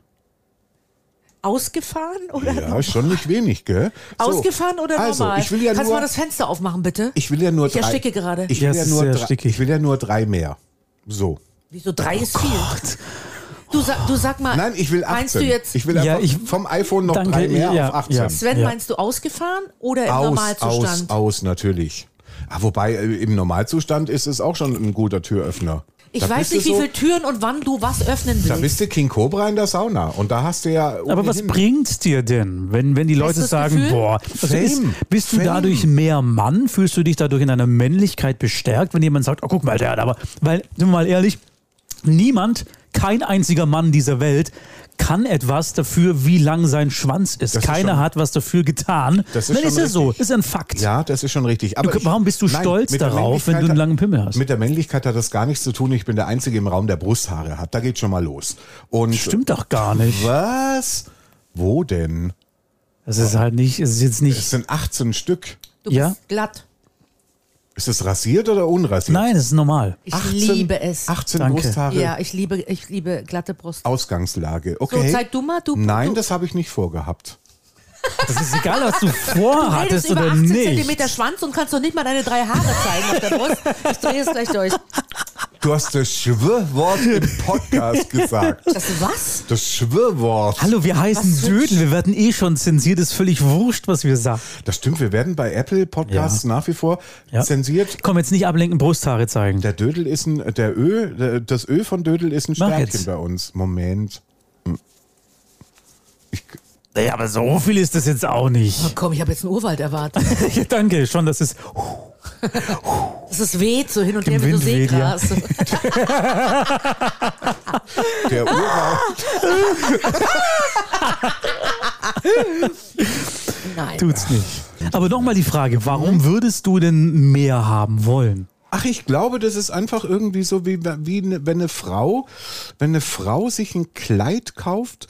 [SPEAKER 4] Ausgefahren oder
[SPEAKER 3] Ja, schon nicht wenig, gell? So.
[SPEAKER 4] ausgefahren oder
[SPEAKER 3] also,
[SPEAKER 4] normal?
[SPEAKER 3] Ich will ja
[SPEAKER 4] Kannst du
[SPEAKER 3] nur,
[SPEAKER 4] mal das Fenster aufmachen, bitte?
[SPEAKER 3] ich will ja nur
[SPEAKER 4] Ich
[SPEAKER 3] drei.
[SPEAKER 4] ersticke gerade.
[SPEAKER 3] Ich will
[SPEAKER 2] Ja, es
[SPEAKER 3] ja,
[SPEAKER 2] ist
[SPEAKER 3] nur
[SPEAKER 2] sehr
[SPEAKER 3] drei,
[SPEAKER 2] stickig.
[SPEAKER 3] ich will ja nur drei mehr. So.
[SPEAKER 4] Wieso drei ist viel? Du, sag, du sag mal,
[SPEAKER 3] Oh Nein, ich will 18.
[SPEAKER 4] Ah, meinst du jetzt,
[SPEAKER 3] ich will
[SPEAKER 2] Ja,
[SPEAKER 3] einfach
[SPEAKER 2] ich-
[SPEAKER 3] vom iPhone noch
[SPEAKER 2] Danke,
[SPEAKER 3] drei mehr
[SPEAKER 2] ja,
[SPEAKER 3] auf 18.
[SPEAKER 2] ja.
[SPEAKER 4] Sven, meinst du ausgefahren oder im
[SPEAKER 3] Aus,
[SPEAKER 4] Normalzustand?
[SPEAKER 3] aus, aus, natürlich. Ah, wobei, äh, im Normalzustand ist es auch schon ein guter Türöffner.
[SPEAKER 4] Ich
[SPEAKER 3] Da
[SPEAKER 4] weiß
[SPEAKER 3] bist du
[SPEAKER 4] nicht, wie
[SPEAKER 3] so-
[SPEAKER 4] viele Türen und wann du was öffnen
[SPEAKER 3] Da
[SPEAKER 4] willst.
[SPEAKER 3] bist du King Cobra in der Sauna. Und da hast du ja.
[SPEAKER 2] Aber was
[SPEAKER 3] ohnehin-
[SPEAKER 2] bringt's dir denn, wenn, wenn die Leute
[SPEAKER 4] Bestes
[SPEAKER 2] sagen,
[SPEAKER 4] Gefühl?
[SPEAKER 2] boah, also ist,
[SPEAKER 3] Fame.
[SPEAKER 2] bist du
[SPEAKER 3] Fame.
[SPEAKER 2] dadurch mehr Mann? Fühlst du dich dadurch in deiner Männlichkeit bestärkt, wenn jemand sagt, oh, guck mal, der hat aber, weil, sind wir mal ehrlich, niemand, kein einziger Mann dieser Welt kann etwas dafür, wie lang sein Schwanz ist.
[SPEAKER 3] Das ist
[SPEAKER 2] Keiner
[SPEAKER 3] schon-
[SPEAKER 2] hat was dafür getan.
[SPEAKER 3] Das ist
[SPEAKER 2] Dann
[SPEAKER 3] schon
[SPEAKER 2] ist ja so,
[SPEAKER 3] richtig.
[SPEAKER 2] ist ein Fakt.
[SPEAKER 3] Ja, das ist schon richtig. Aber
[SPEAKER 2] Du-
[SPEAKER 3] ich-
[SPEAKER 2] warum bist du stolz
[SPEAKER 3] mit der
[SPEAKER 2] darauf, wenn du
[SPEAKER 3] Männlichkeit
[SPEAKER 2] einen langen
[SPEAKER 3] hat-
[SPEAKER 2] Pimmel hast?
[SPEAKER 3] Mit der Männlichkeit hat das gar nichts zu tun. Ich bin der Einzige im Raum, der Brusthaare hat. Da geht schon mal los. Und
[SPEAKER 2] Stimmt doch gar nicht.
[SPEAKER 3] Was? Wo denn?
[SPEAKER 2] Das ist halt nicht, es ist jetzt
[SPEAKER 3] Es
[SPEAKER 2] nicht.
[SPEAKER 3] sind 18 Stück.
[SPEAKER 4] Du
[SPEAKER 2] Ja?
[SPEAKER 4] bist glatt.
[SPEAKER 3] Ist es rasiert oder unrasiert?
[SPEAKER 2] Nein, es ist normal.
[SPEAKER 4] Ich liebe es.
[SPEAKER 3] 18
[SPEAKER 2] Danke.
[SPEAKER 3] Brusthaare.
[SPEAKER 4] Ja, ich liebe, ich liebe glatte Brust.
[SPEAKER 3] Ausgangslage.
[SPEAKER 4] So,
[SPEAKER 3] Okay.
[SPEAKER 4] zeig du mal, du.
[SPEAKER 3] Nein,
[SPEAKER 4] du,
[SPEAKER 3] das habe ich nicht vorgehabt.
[SPEAKER 2] Das ist egal, was du
[SPEAKER 4] du redest
[SPEAKER 2] vorhattest
[SPEAKER 4] über
[SPEAKER 2] oder
[SPEAKER 4] 18
[SPEAKER 2] nicht.
[SPEAKER 4] Zentimeter Schwanz und kannst doch nicht mal deine drei Haare zeigen auf der Brust. Ich drehe es gleich durch.
[SPEAKER 3] Du hast das Schwirrwort im Podcast gesagt.
[SPEAKER 4] Das was?
[SPEAKER 3] Das Schwirrwort.
[SPEAKER 2] Hallo, wir heißen
[SPEAKER 4] für ein
[SPEAKER 2] Dödel, wir werden eh schon zensiert, ist völlig wurscht, was wir sagen.
[SPEAKER 3] Das stimmt, wir werden bei Apple Podcasts nach wie vor
[SPEAKER 2] Ja.
[SPEAKER 3] zensiert.
[SPEAKER 2] Komm, jetzt nicht ablenken, Brusthaare zeigen.
[SPEAKER 3] Der Dödel ist ein, der Ö, der, das Ö von Dödel ist ein
[SPEAKER 2] Mach
[SPEAKER 3] Sternchen
[SPEAKER 2] jetzt.
[SPEAKER 3] bei uns. Moment.
[SPEAKER 2] Ja, aber so viel ist das jetzt auch nicht.
[SPEAKER 4] Komm, ich habe jetzt einen Urwald erwartet.
[SPEAKER 2] ja, danke, schon, das ist.
[SPEAKER 4] Das ist weht so hin und her
[SPEAKER 2] Im
[SPEAKER 4] wie
[SPEAKER 2] Wind
[SPEAKER 4] so
[SPEAKER 2] weht, ja.
[SPEAKER 4] Seegras.
[SPEAKER 3] Der Urwald.
[SPEAKER 4] Nein.
[SPEAKER 2] Tut's nicht. Aber nochmal die Frage, warum würdest du denn mehr haben wollen?
[SPEAKER 3] Ach, ich glaube, das ist einfach irgendwie so, wie, wie ne, wenn eine Frau, wenn eine Frau sich ein Kleid kauft,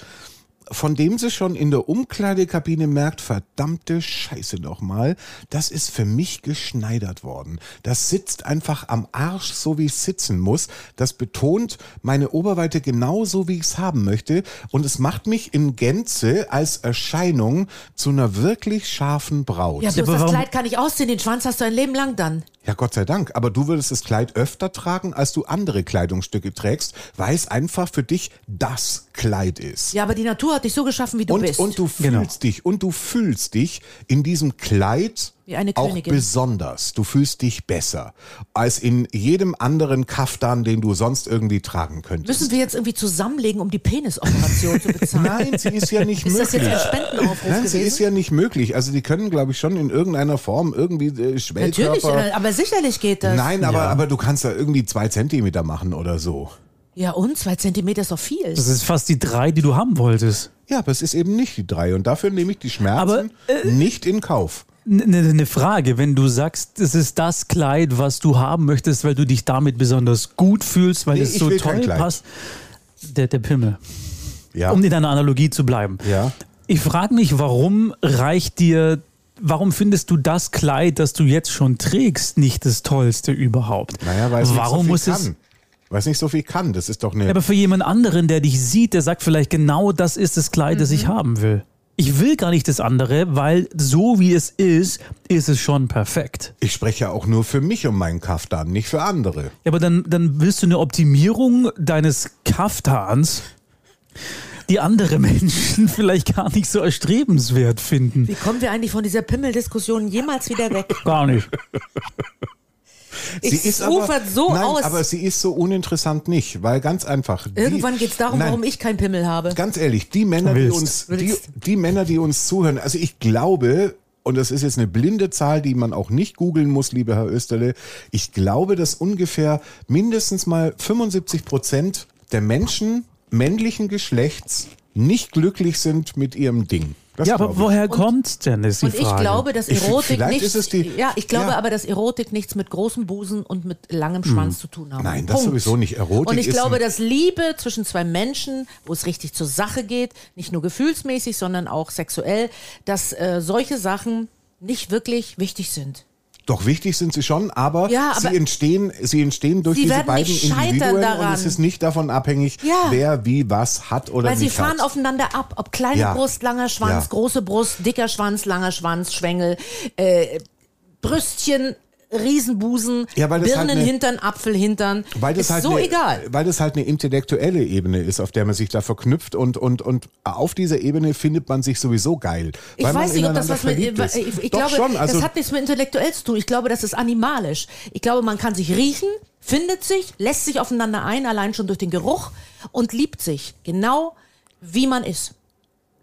[SPEAKER 3] von dem sie schon in der Umkleidekabine merkt, verdammte Scheiße nochmal, das ist für mich geschneidert worden. Das sitzt einfach am Arsch, so wie es sitzen muss. Das betont meine Oberweite genauso, wie ich es haben möchte. Und es macht mich in Gänze als Erscheinung zu einer wirklich scharfen Braut.
[SPEAKER 4] Ja, bloß
[SPEAKER 2] aber
[SPEAKER 4] das
[SPEAKER 2] warum-
[SPEAKER 4] Kleid kann ich ausziehen, den Schwanz hast du ein Leben lang dann.
[SPEAKER 3] Ja, Gott sei Dank. Aber du würdest das Kleid öfter tragen, als du andere Kleidungsstücke trägst, weil es einfach für dich das Kleid ist.
[SPEAKER 4] Ja, aber die Natur hat dich so geschaffen, wie du
[SPEAKER 3] und,
[SPEAKER 4] bist.
[SPEAKER 3] und du fühlst
[SPEAKER 2] Genau.
[SPEAKER 3] dich, und du fühlst dich in diesem Kleid
[SPEAKER 4] Wie eine
[SPEAKER 3] auch
[SPEAKER 4] Königin.
[SPEAKER 3] besonders. Du fühlst dich besser als in jedem anderen Kaftan, den du sonst irgendwie tragen könntest.
[SPEAKER 4] Müssen wir jetzt irgendwie zusammenlegen, um die Penisoperation zu bezahlen?
[SPEAKER 3] Nein, sie ist ja nicht
[SPEAKER 4] Ist
[SPEAKER 3] möglich.
[SPEAKER 4] das jetzt ein Spendenaufruf
[SPEAKER 3] Nein, sie
[SPEAKER 4] gewesen?
[SPEAKER 3] ist ja nicht möglich. Also die können, glaube ich, schon in irgendeiner Form irgendwie äh, Schwellkörper...
[SPEAKER 4] Natürlich, äh, aber sicherlich geht das.
[SPEAKER 3] Nein, aber, aber du kannst da irgendwie zwei Zentimeter machen oder so.
[SPEAKER 4] Ja, und zwei Zentimeter ist doch viel.
[SPEAKER 2] Das ist fast die drei, die du haben wolltest.
[SPEAKER 3] Ja, aber es ist eben nicht die drei und dafür nehme ich die Schmerzen
[SPEAKER 2] Aber, äh,
[SPEAKER 3] nicht in Kauf.
[SPEAKER 2] Eine ne Frage, wenn du sagst, es ist das Kleid, was du haben möchtest, weil du dich damit besonders gut fühlst, weil
[SPEAKER 3] Nee,
[SPEAKER 2] es
[SPEAKER 3] ich
[SPEAKER 2] so
[SPEAKER 3] will kein
[SPEAKER 2] toll
[SPEAKER 3] Kleid.
[SPEAKER 2] passt. Der, der Pimmel.
[SPEAKER 3] Ja.
[SPEAKER 2] um in deiner Analogie zu bleiben.
[SPEAKER 3] Ja.
[SPEAKER 2] Ich frage mich, warum reicht dir, warum findest du das Kleid, das du jetzt schon trägst, nicht das Tollste überhaupt?
[SPEAKER 3] naja, weil es
[SPEAKER 2] warum
[SPEAKER 3] nicht
[SPEAKER 2] muss
[SPEAKER 3] so viel
[SPEAKER 2] es.
[SPEAKER 3] kann. Weil es nicht so viel kann. Das ist doch eine.
[SPEAKER 2] Ja, Aber für jemand anderen, der dich sieht, der sagt vielleicht, genau das ist das Kleid, das ich haben will. Ich will gar nicht das andere, weil so wie es ist, ist es schon perfekt.
[SPEAKER 3] ich spreche ja auch nur für mich um meinen Kaftan, nicht für andere.
[SPEAKER 2] Ja, aber dann, dann willst du eine Optimierung deines Kaftans, die andere Menschen vielleicht gar nicht so erstrebenswert finden.
[SPEAKER 4] Wie kommen wir eigentlich von dieser Pimmeldiskussion jemals wieder weg?
[SPEAKER 2] Gar nicht.
[SPEAKER 4] Ich ufert so
[SPEAKER 3] nein,
[SPEAKER 4] aus.
[SPEAKER 3] aber sie ist so uninteressant nicht, weil ganz einfach. die-
[SPEAKER 4] Irgendwann geht es darum,
[SPEAKER 3] Nein,
[SPEAKER 4] warum ich keinen Pimmel habe.
[SPEAKER 3] Ganz ehrlich, die Männer, die uns,
[SPEAKER 2] Willst.
[SPEAKER 3] die,
[SPEAKER 4] Willst.
[SPEAKER 3] die Männer, die uns zuhören, also ich glaube, und das ist jetzt eine blinde Zahl, die man auch nicht googeln muss, lieber Herr Österle, ich glaube, dass ungefähr mindestens mal 75 Prozent der Menschen männlichen Geschlechts nicht glücklich sind mit ihrem Ding. Das
[SPEAKER 2] ja, aber
[SPEAKER 3] glaube ich.
[SPEAKER 2] woher kommt's denn, ist die
[SPEAKER 4] Und
[SPEAKER 2] Frage.
[SPEAKER 4] ich glaube, dass
[SPEAKER 3] Ich-
[SPEAKER 4] Erotik
[SPEAKER 3] vielleicht ist
[SPEAKER 4] nichts.
[SPEAKER 3] es die-
[SPEAKER 4] ja, ich glaube
[SPEAKER 3] ja.
[SPEAKER 4] aber, dass Erotik nichts mit großem Busen und mit langem Schwanz zu tun hat.
[SPEAKER 3] Hm. Nein, das
[SPEAKER 4] Punkt.
[SPEAKER 3] sowieso nicht. Erotik
[SPEAKER 4] Und ich
[SPEAKER 3] ist
[SPEAKER 4] glaube,
[SPEAKER 3] ein-
[SPEAKER 4] dass Liebe zwischen zwei Menschen, wo es richtig zur Sache geht, nicht nur gefühlsmäßig, sondern auch sexuell, dass äh, solche Sachen nicht wirklich wichtig sind.
[SPEAKER 3] Doch wichtig sind sie schon, aber,
[SPEAKER 4] Ja, aber
[SPEAKER 3] sie entstehen, sie entstehen durch
[SPEAKER 4] Sie
[SPEAKER 3] diese
[SPEAKER 4] werden
[SPEAKER 3] beiden
[SPEAKER 4] nicht scheitern
[SPEAKER 3] Individuen und
[SPEAKER 4] daran.
[SPEAKER 3] es ist nicht davon abhängig,
[SPEAKER 4] Ja.
[SPEAKER 3] wer wie was hat oder
[SPEAKER 4] Weil sie
[SPEAKER 3] nicht
[SPEAKER 4] fahren
[SPEAKER 3] hat.
[SPEAKER 4] aufeinander ab, ob kleine
[SPEAKER 3] Ja.
[SPEAKER 4] Brust, langer Schwanz,
[SPEAKER 3] Ja.
[SPEAKER 4] große Brust, dicker Schwanz, langer Schwanz, Schwengel, äh, Brüstchen, Riesenbusen,
[SPEAKER 3] Ja, weil das halt eine-
[SPEAKER 4] Birnenhintern, Apfelhintern.
[SPEAKER 3] Weil das
[SPEAKER 4] ist
[SPEAKER 3] halt
[SPEAKER 4] so
[SPEAKER 3] eine,
[SPEAKER 4] egal.
[SPEAKER 3] Weil das halt eine intellektuelle Ebene ist, auf der man sich da verknüpft und, und, und auf dieser Ebene findet man sich sowieso geil.
[SPEAKER 4] Ich
[SPEAKER 3] weil
[SPEAKER 4] weiß
[SPEAKER 3] man
[SPEAKER 4] nicht, ob das
[SPEAKER 3] ineinander
[SPEAKER 4] was mit.
[SPEAKER 3] verliebt ist.
[SPEAKER 4] Ich, ich
[SPEAKER 3] Doch
[SPEAKER 4] glaube,
[SPEAKER 3] schon, also
[SPEAKER 4] das hat nichts mit intellektuell zu tun. Ich glaube, das ist animalisch. Ich glaube, man kann sich riechen, findet sich, lässt sich aufeinander ein, allein schon durch den Geruch und liebt sich. Genau wie man ist.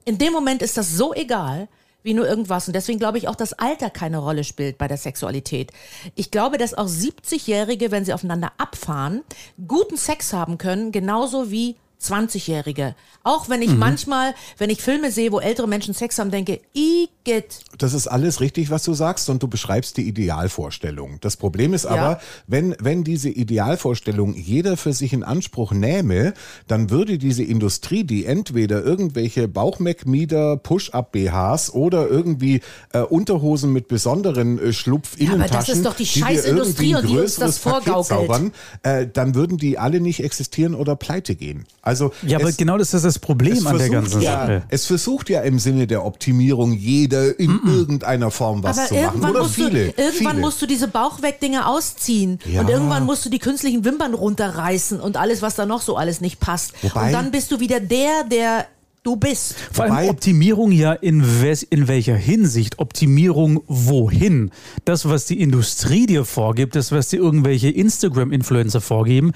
[SPEAKER 4] In dem Moment ist das so egal wie nur irgendwas. Und deswegen glaube ich auch, dass Alter keine Rolle spielt bei der Sexualität. Ich glaube, dass auch 70-Jährige, wenn sie aufeinander abfahren, guten Sex haben können, genauso wie 20-Jährige. Auch wenn ich
[SPEAKER 3] Mhm.
[SPEAKER 4] manchmal, wenn ich Filme sehe, wo ältere Menschen Sex haben, denke, igitt,
[SPEAKER 3] das ist alles richtig, was du sagst, und du beschreibst die Idealvorstellung. Das Problem ist aber, wenn, wenn diese Idealvorstellung jeder für sich in Anspruch nähme, dann würde diese Industrie, die entweder irgendwelche Bauchmeckmieder, Push-Up-BHs oder irgendwie äh, Unterhosen mit besonderen äh, Schlupfinnentaschen,
[SPEAKER 4] aber das ist doch die
[SPEAKER 3] dir
[SPEAKER 4] Scheißindustrie
[SPEAKER 3] irgendwie ein
[SPEAKER 4] und die uns das
[SPEAKER 3] größeres Paket
[SPEAKER 4] vorgaukelt.
[SPEAKER 3] zaubern, äh, dann würden die alle nicht existieren oder pleite gehen. Also
[SPEAKER 2] Ja, aber
[SPEAKER 3] es-
[SPEAKER 2] genau das ist das Problem an der ganzen
[SPEAKER 3] ja,
[SPEAKER 2] Sache.
[SPEAKER 3] Es versucht ja im Sinne der Optimierung jeder in irgendeiner Form was
[SPEAKER 4] Aber
[SPEAKER 3] zu machen.
[SPEAKER 4] irgendwann,
[SPEAKER 3] Oder
[SPEAKER 4] musst,
[SPEAKER 3] viele.
[SPEAKER 4] du, irgendwann
[SPEAKER 3] viele.
[SPEAKER 4] musst du diese Bauchwegdinge ausziehen
[SPEAKER 3] Ja.
[SPEAKER 4] und irgendwann musst du die künstlichen Wimpern runterreißen und alles, was da noch so alles nicht passt.
[SPEAKER 3] Wobei-
[SPEAKER 4] und dann bist du wieder der, der du bist.
[SPEAKER 2] Vor allem
[SPEAKER 3] Wobei-
[SPEAKER 2] Optimierung ja in, wes, in welcher Hinsicht? Optimierung wohin? Das, was die Industrie dir vorgibt, das, was dir irgendwelche Instagram-Influencer vorgeben,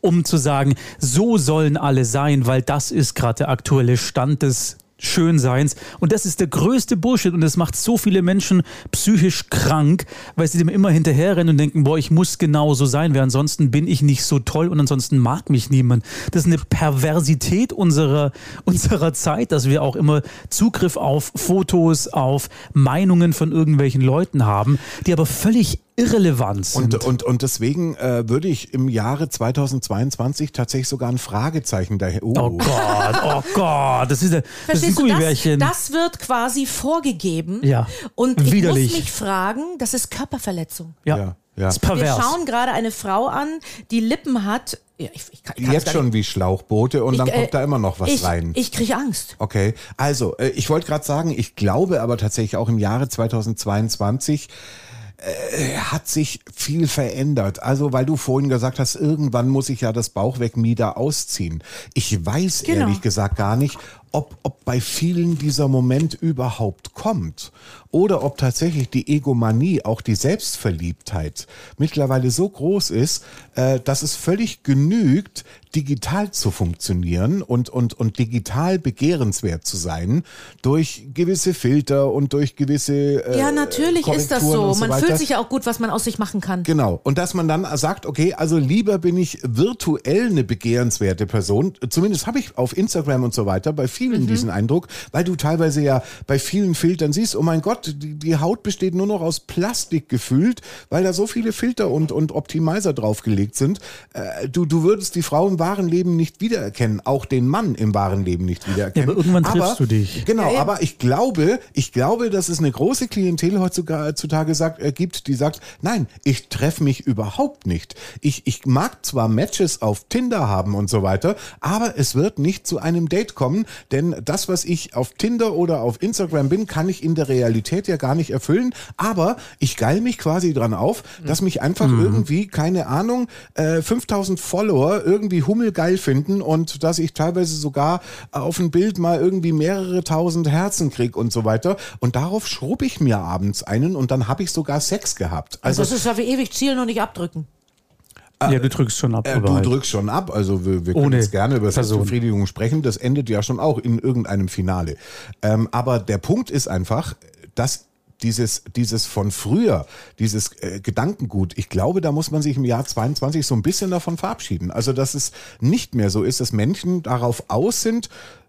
[SPEAKER 2] um zu sagen, so sollen alle sein, weil das ist gerade der aktuelle Stand des Schönseins. Und das ist der größte Bullshit und das macht so viele Menschen psychisch krank, weil sie dem immer hinterherrennen und denken, boah, ich muss genau so sein, weil ansonsten bin ich nicht so toll und ansonsten mag mich niemand. Das ist eine Perversität unserer, unserer Zeit, dass wir auch immer Zugriff auf Fotos, auf Meinungen von irgendwelchen Leuten haben, die aber völlig irrelevant sind.
[SPEAKER 3] und, und, und deswegen äh, würde ich im Jahre 2022 tatsächlich sogar ein Fragezeichen daher. Oh,
[SPEAKER 2] Oh Gott, oh Gott, das ist, ein- das ist ein
[SPEAKER 4] Verstehst du,
[SPEAKER 2] Gummibärchen.
[SPEAKER 4] das, das wird quasi vorgegeben.
[SPEAKER 2] Ja.
[SPEAKER 4] Und ich
[SPEAKER 2] Widerlich.
[SPEAKER 4] muss mich fragen, das ist Körperverletzung.
[SPEAKER 2] ja.
[SPEAKER 3] Ja, ja.
[SPEAKER 2] das ist
[SPEAKER 4] Wir
[SPEAKER 2] pervers.
[SPEAKER 4] schauen gerade eine Frau an, die Lippen hat. Ja, ich, ich kann, kann's
[SPEAKER 3] Jetzt
[SPEAKER 4] gar
[SPEAKER 3] schon wie Schlauchboote und
[SPEAKER 4] nicht-
[SPEAKER 3] dann
[SPEAKER 4] Ich, äh,
[SPEAKER 3] kommt da immer noch was
[SPEAKER 4] ich,
[SPEAKER 3] rein.
[SPEAKER 4] Ich kriege Angst.
[SPEAKER 3] Okay, also äh, ich wollte gerade sagen, ich glaube aber tatsächlich auch im Jahre 2022 äh, hat sich viel verändert. Also weil du vorhin gesagt hast, irgendwann muss ich ja das Bauchwegmieder ausziehen. Ich weiß
[SPEAKER 4] Genau.
[SPEAKER 3] ehrlich gesagt gar nicht, ob, ob bei vielen dieser Moment überhaupt kommt oder ob tatsächlich die Egomanie, auch die Selbstverliebtheit mittlerweile so groß ist, äh, dass es völlig genügt, digital zu funktionieren und, und, und digital begehrenswert zu sein durch gewisse Filter und durch gewisse äh,
[SPEAKER 4] Ja, natürlich ist das
[SPEAKER 3] Korrekturen
[SPEAKER 4] so.
[SPEAKER 3] und
[SPEAKER 4] Man
[SPEAKER 3] weiter.
[SPEAKER 4] fühlt sich ja auch gut, was man aus sich machen kann.
[SPEAKER 3] Genau. Und dass man dann sagt, okay, also lieber bin ich virtuell eine begehrenswerte Person. Zumindest habe ich auf Instagram und so weiter bei vielen diesen Eindruck, weil du teilweise ja bei vielen Filtern siehst, oh mein Gott, die, die Haut besteht nur noch aus Plastik gefühlt, weil da so viele Filter und, und Optimizer draufgelegt sind. Äh, du, du würdest die Frau im wahren Leben nicht wiedererkennen, auch den Mann im wahren Leben nicht wiedererkennen.
[SPEAKER 2] Ja, aber irgendwann triffst du dich.
[SPEAKER 3] Genau, aber ich glaube, ich glaube, dass es eine große Klientel heutzutage sagt, äh, gibt, die sagt, nein, ich treffe mich überhaupt nicht. Ich, ich mag zwar Matches auf Tinder haben und so weiter, aber es wird nicht zu einem Date kommen, denn das, was ich auf Tinder oder auf Instagram bin, kann ich in der Realität ja gar nicht erfüllen, aber ich geil mich quasi dran auf, dass mich einfach irgendwie, keine Ahnung, äh, 5000 Follower irgendwie hummelgeil finden und dass ich teilweise sogar auf ein Bild mal irgendwie mehrere tausend Herzen krieg und so weiter. Und darauf schrub ich mir abends einen und dann habe ich sogar Sex gehabt. Also,
[SPEAKER 4] das ist ja wie ewig zielen und nicht abdrücken.
[SPEAKER 2] ja, du drückst schon ab.
[SPEAKER 3] äh,
[SPEAKER 2] aber
[SPEAKER 3] du
[SPEAKER 2] halt.
[SPEAKER 3] drückst schon ab. Also wir, wir können
[SPEAKER 2] Ohne
[SPEAKER 3] jetzt gerne über
[SPEAKER 2] Person.
[SPEAKER 3] Sexbefriedigung sprechen. Das endet ja schon auch in irgendeinem Finale. Ähm, aber der Punkt ist einfach, dass dieses, dieses von früher, dieses äh, Gedankengut, ich glaube, da muss man sich im Jahr 22 so ein bisschen davon verabschieden. Also, dass es nicht mehr so ist, dass Menschen darauf aus sind,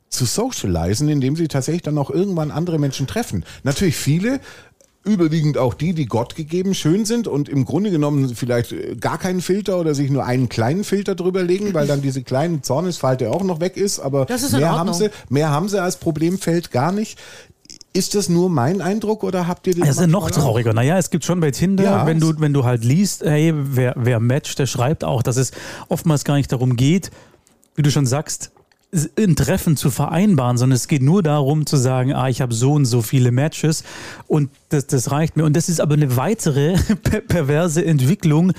[SPEAKER 3] zu socialisen, indem sie tatsächlich dann auch irgendwann andere Menschen treffen. Natürlich viele, überwiegend auch die, die Gott gegeben schön sind und im Grunde genommen vielleicht äh, gar keinen Filter oder sich nur einen kleinen Filter drüber legen, weil dann diese kleine Zornesfalte auch noch weg ist, aber
[SPEAKER 4] Das ist in
[SPEAKER 3] mehr
[SPEAKER 4] Ordnung.
[SPEAKER 3] haben sie, mehr haben sie als Problemfeld gar nicht. Ist das nur mein Eindruck oder habt ihr den?
[SPEAKER 2] Das ist ja noch
[SPEAKER 3] manchmal auch?
[SPEAKER 2] trauriger. Naja, es gibt schon bei Tinder,
[SPEAKER 3] Ja,
[SPEAKER 2] wenn,
[SPEAKER 3] es-
[SPEAKER 2] du, wenn du halt liest, hey, wer, wer matcht, der schreibt auch, dass es oftmals gar nicht darum geht, wie du schon sagst, s- ein Treffen zu vereinbaren, sondern es geht nur darum zu sagen, ah, ich habe so und so viele Matches und das, das reicht mir. Und das ist aber eine weitere per perverse Entwicklung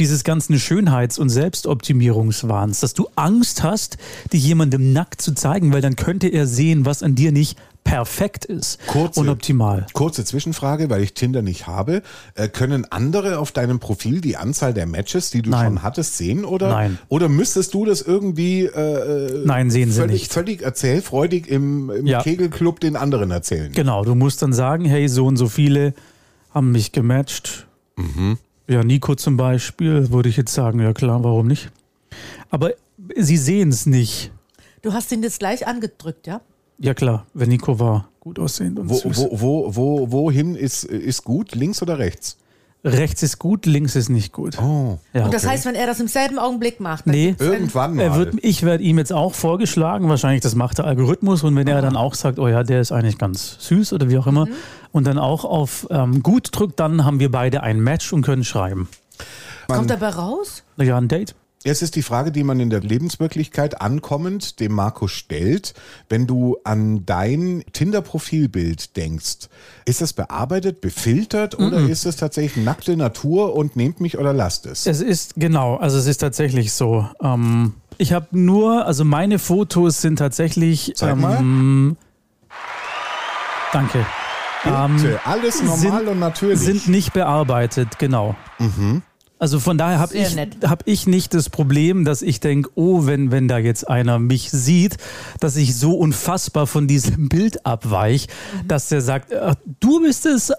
[SPEAKER 2] dieses ganzen Schönheits- und Selbstoptimierungswahns, dass du Angst hast, dich jemandem nackt zu zeigen, weil dann könnte er sehen, was an dir nicht perfekt ist
[SPEAKER 3] Kurze-
[SPEAKER 2] und optimal.
[SPEAKER 3] Kurze Zwischenfrage, weil ich Tinder nicht habe. Äh, können andere auf deinem Profil die Anzahl der Matches, die du
[SPEAKER 2] Nein.
[SPEAKER 3] schon hattest, sehen? Oder,
[SPEAKER 2] Nein.
[SPEAKER 3] oder müsstest du das irgendwie äh, äh,
[SPEAKER 2] Nein, sehen sie
[SPEAKER 3] völlig,
[SPEAKER 2] nicht.
[SPEAKER 3] völlig erzählfreudig im, im
[SPEAKER 2] Ja.
[SPEAKER 3] Kegelclub den anderen erzählen?
[SPEAKER 2] Genau, du musst dann sagen, hey, so und so viele haben mich gematcht.
[SPEAKER 3] Mhm.
[SPEAKER 2] Ja, Nico zum Beispiel, würde ich jetzt sagen, ja klar, warum nicht? Aber sie sehen es nicht.
[SPEAKER 4] Du hast ihn jetzt gleich angedrückt, ja?
[SPEAKER 2] Ja klar, wenn Nico war gut aussehend und
[SPEAKER 3] Wo,
[SPEAKER 2] süß.
[SPEAKER 3] wo, wo, wo, wohin ist, ist gut, links oder rechts?
[SPEAKER 2] Rechts ist gut, links ist nicht gut.
[SPEAKER 3] Oh.
[SPEAKER 2] Ja.
[SPEAKER 4] Und das heißt, wenn er das im selben Augenblick macht, dann
[SPEAKER 2] nee,
[SPEAKER 3] Irgendwann mal.
[SPEAKER 2] er wird, ich werde ihm jetzt auch vorgeschlagen, wahrscheinlich das macht der Algorithmus und wenn
[SPEAKER 3] Ah.
[SPEAKER 2] er dann auch sagt, oh ja, der ist eigentlich ganz süß oder wie auch
[SPEAKER 4] Mhm.
[SPEAKER 2] immer und dann auch auf ähm, gut drückt, dann haben wir beide ein Match und können schreiben.
[SPEAKER 4] kommt dabei raus?
[SPEAKER 2] Ja, ein Date.
[SPEAKER 3] Jetzt ist die Frage, die man in der Lebenswirklichkeit ankommend dem Marco stellt. Wenn du an dein Tinder-Profilbild denkst, ist das bearbeitet, befiltert oder
[SPEAKER 2] Mhm.
[SPEAKER 3] ist es tatsächlich nackte Natur und nehmt mich oder lasst es?
[SPEAKER 2] Es ist genau, also es ist tatsächlich so. Ähm, ich habe nur, also meine Fotos sind tatsächlich. ähm,
[SPEAKER 3] Zeig mal.
[SPEAKER 2] Danke. Ähm,
[SPEAKER 3] Bitte, Alles normal
[SPEAKER 2] sind-
[SPEAKER 3] und natürlich. Mhm.
[SPEAKER 2] sind nicht bearbeitet, genau. Also von daher habe
[SPEAKER 4] Sehr
[SPEAKER 2] ich,
[SPEAKER 4] nett.
[SPEAKER 2] hab ich nicht das Problem, dass ich denke, oh, wenn, wenn da jetzt einer mich sieht, dass ich so unfassbar von diesem Bild abweich,
[SPEAKER 4] Mhm.
[SPEAKER 2] dass der sagt, "Ach, du bist es, äh,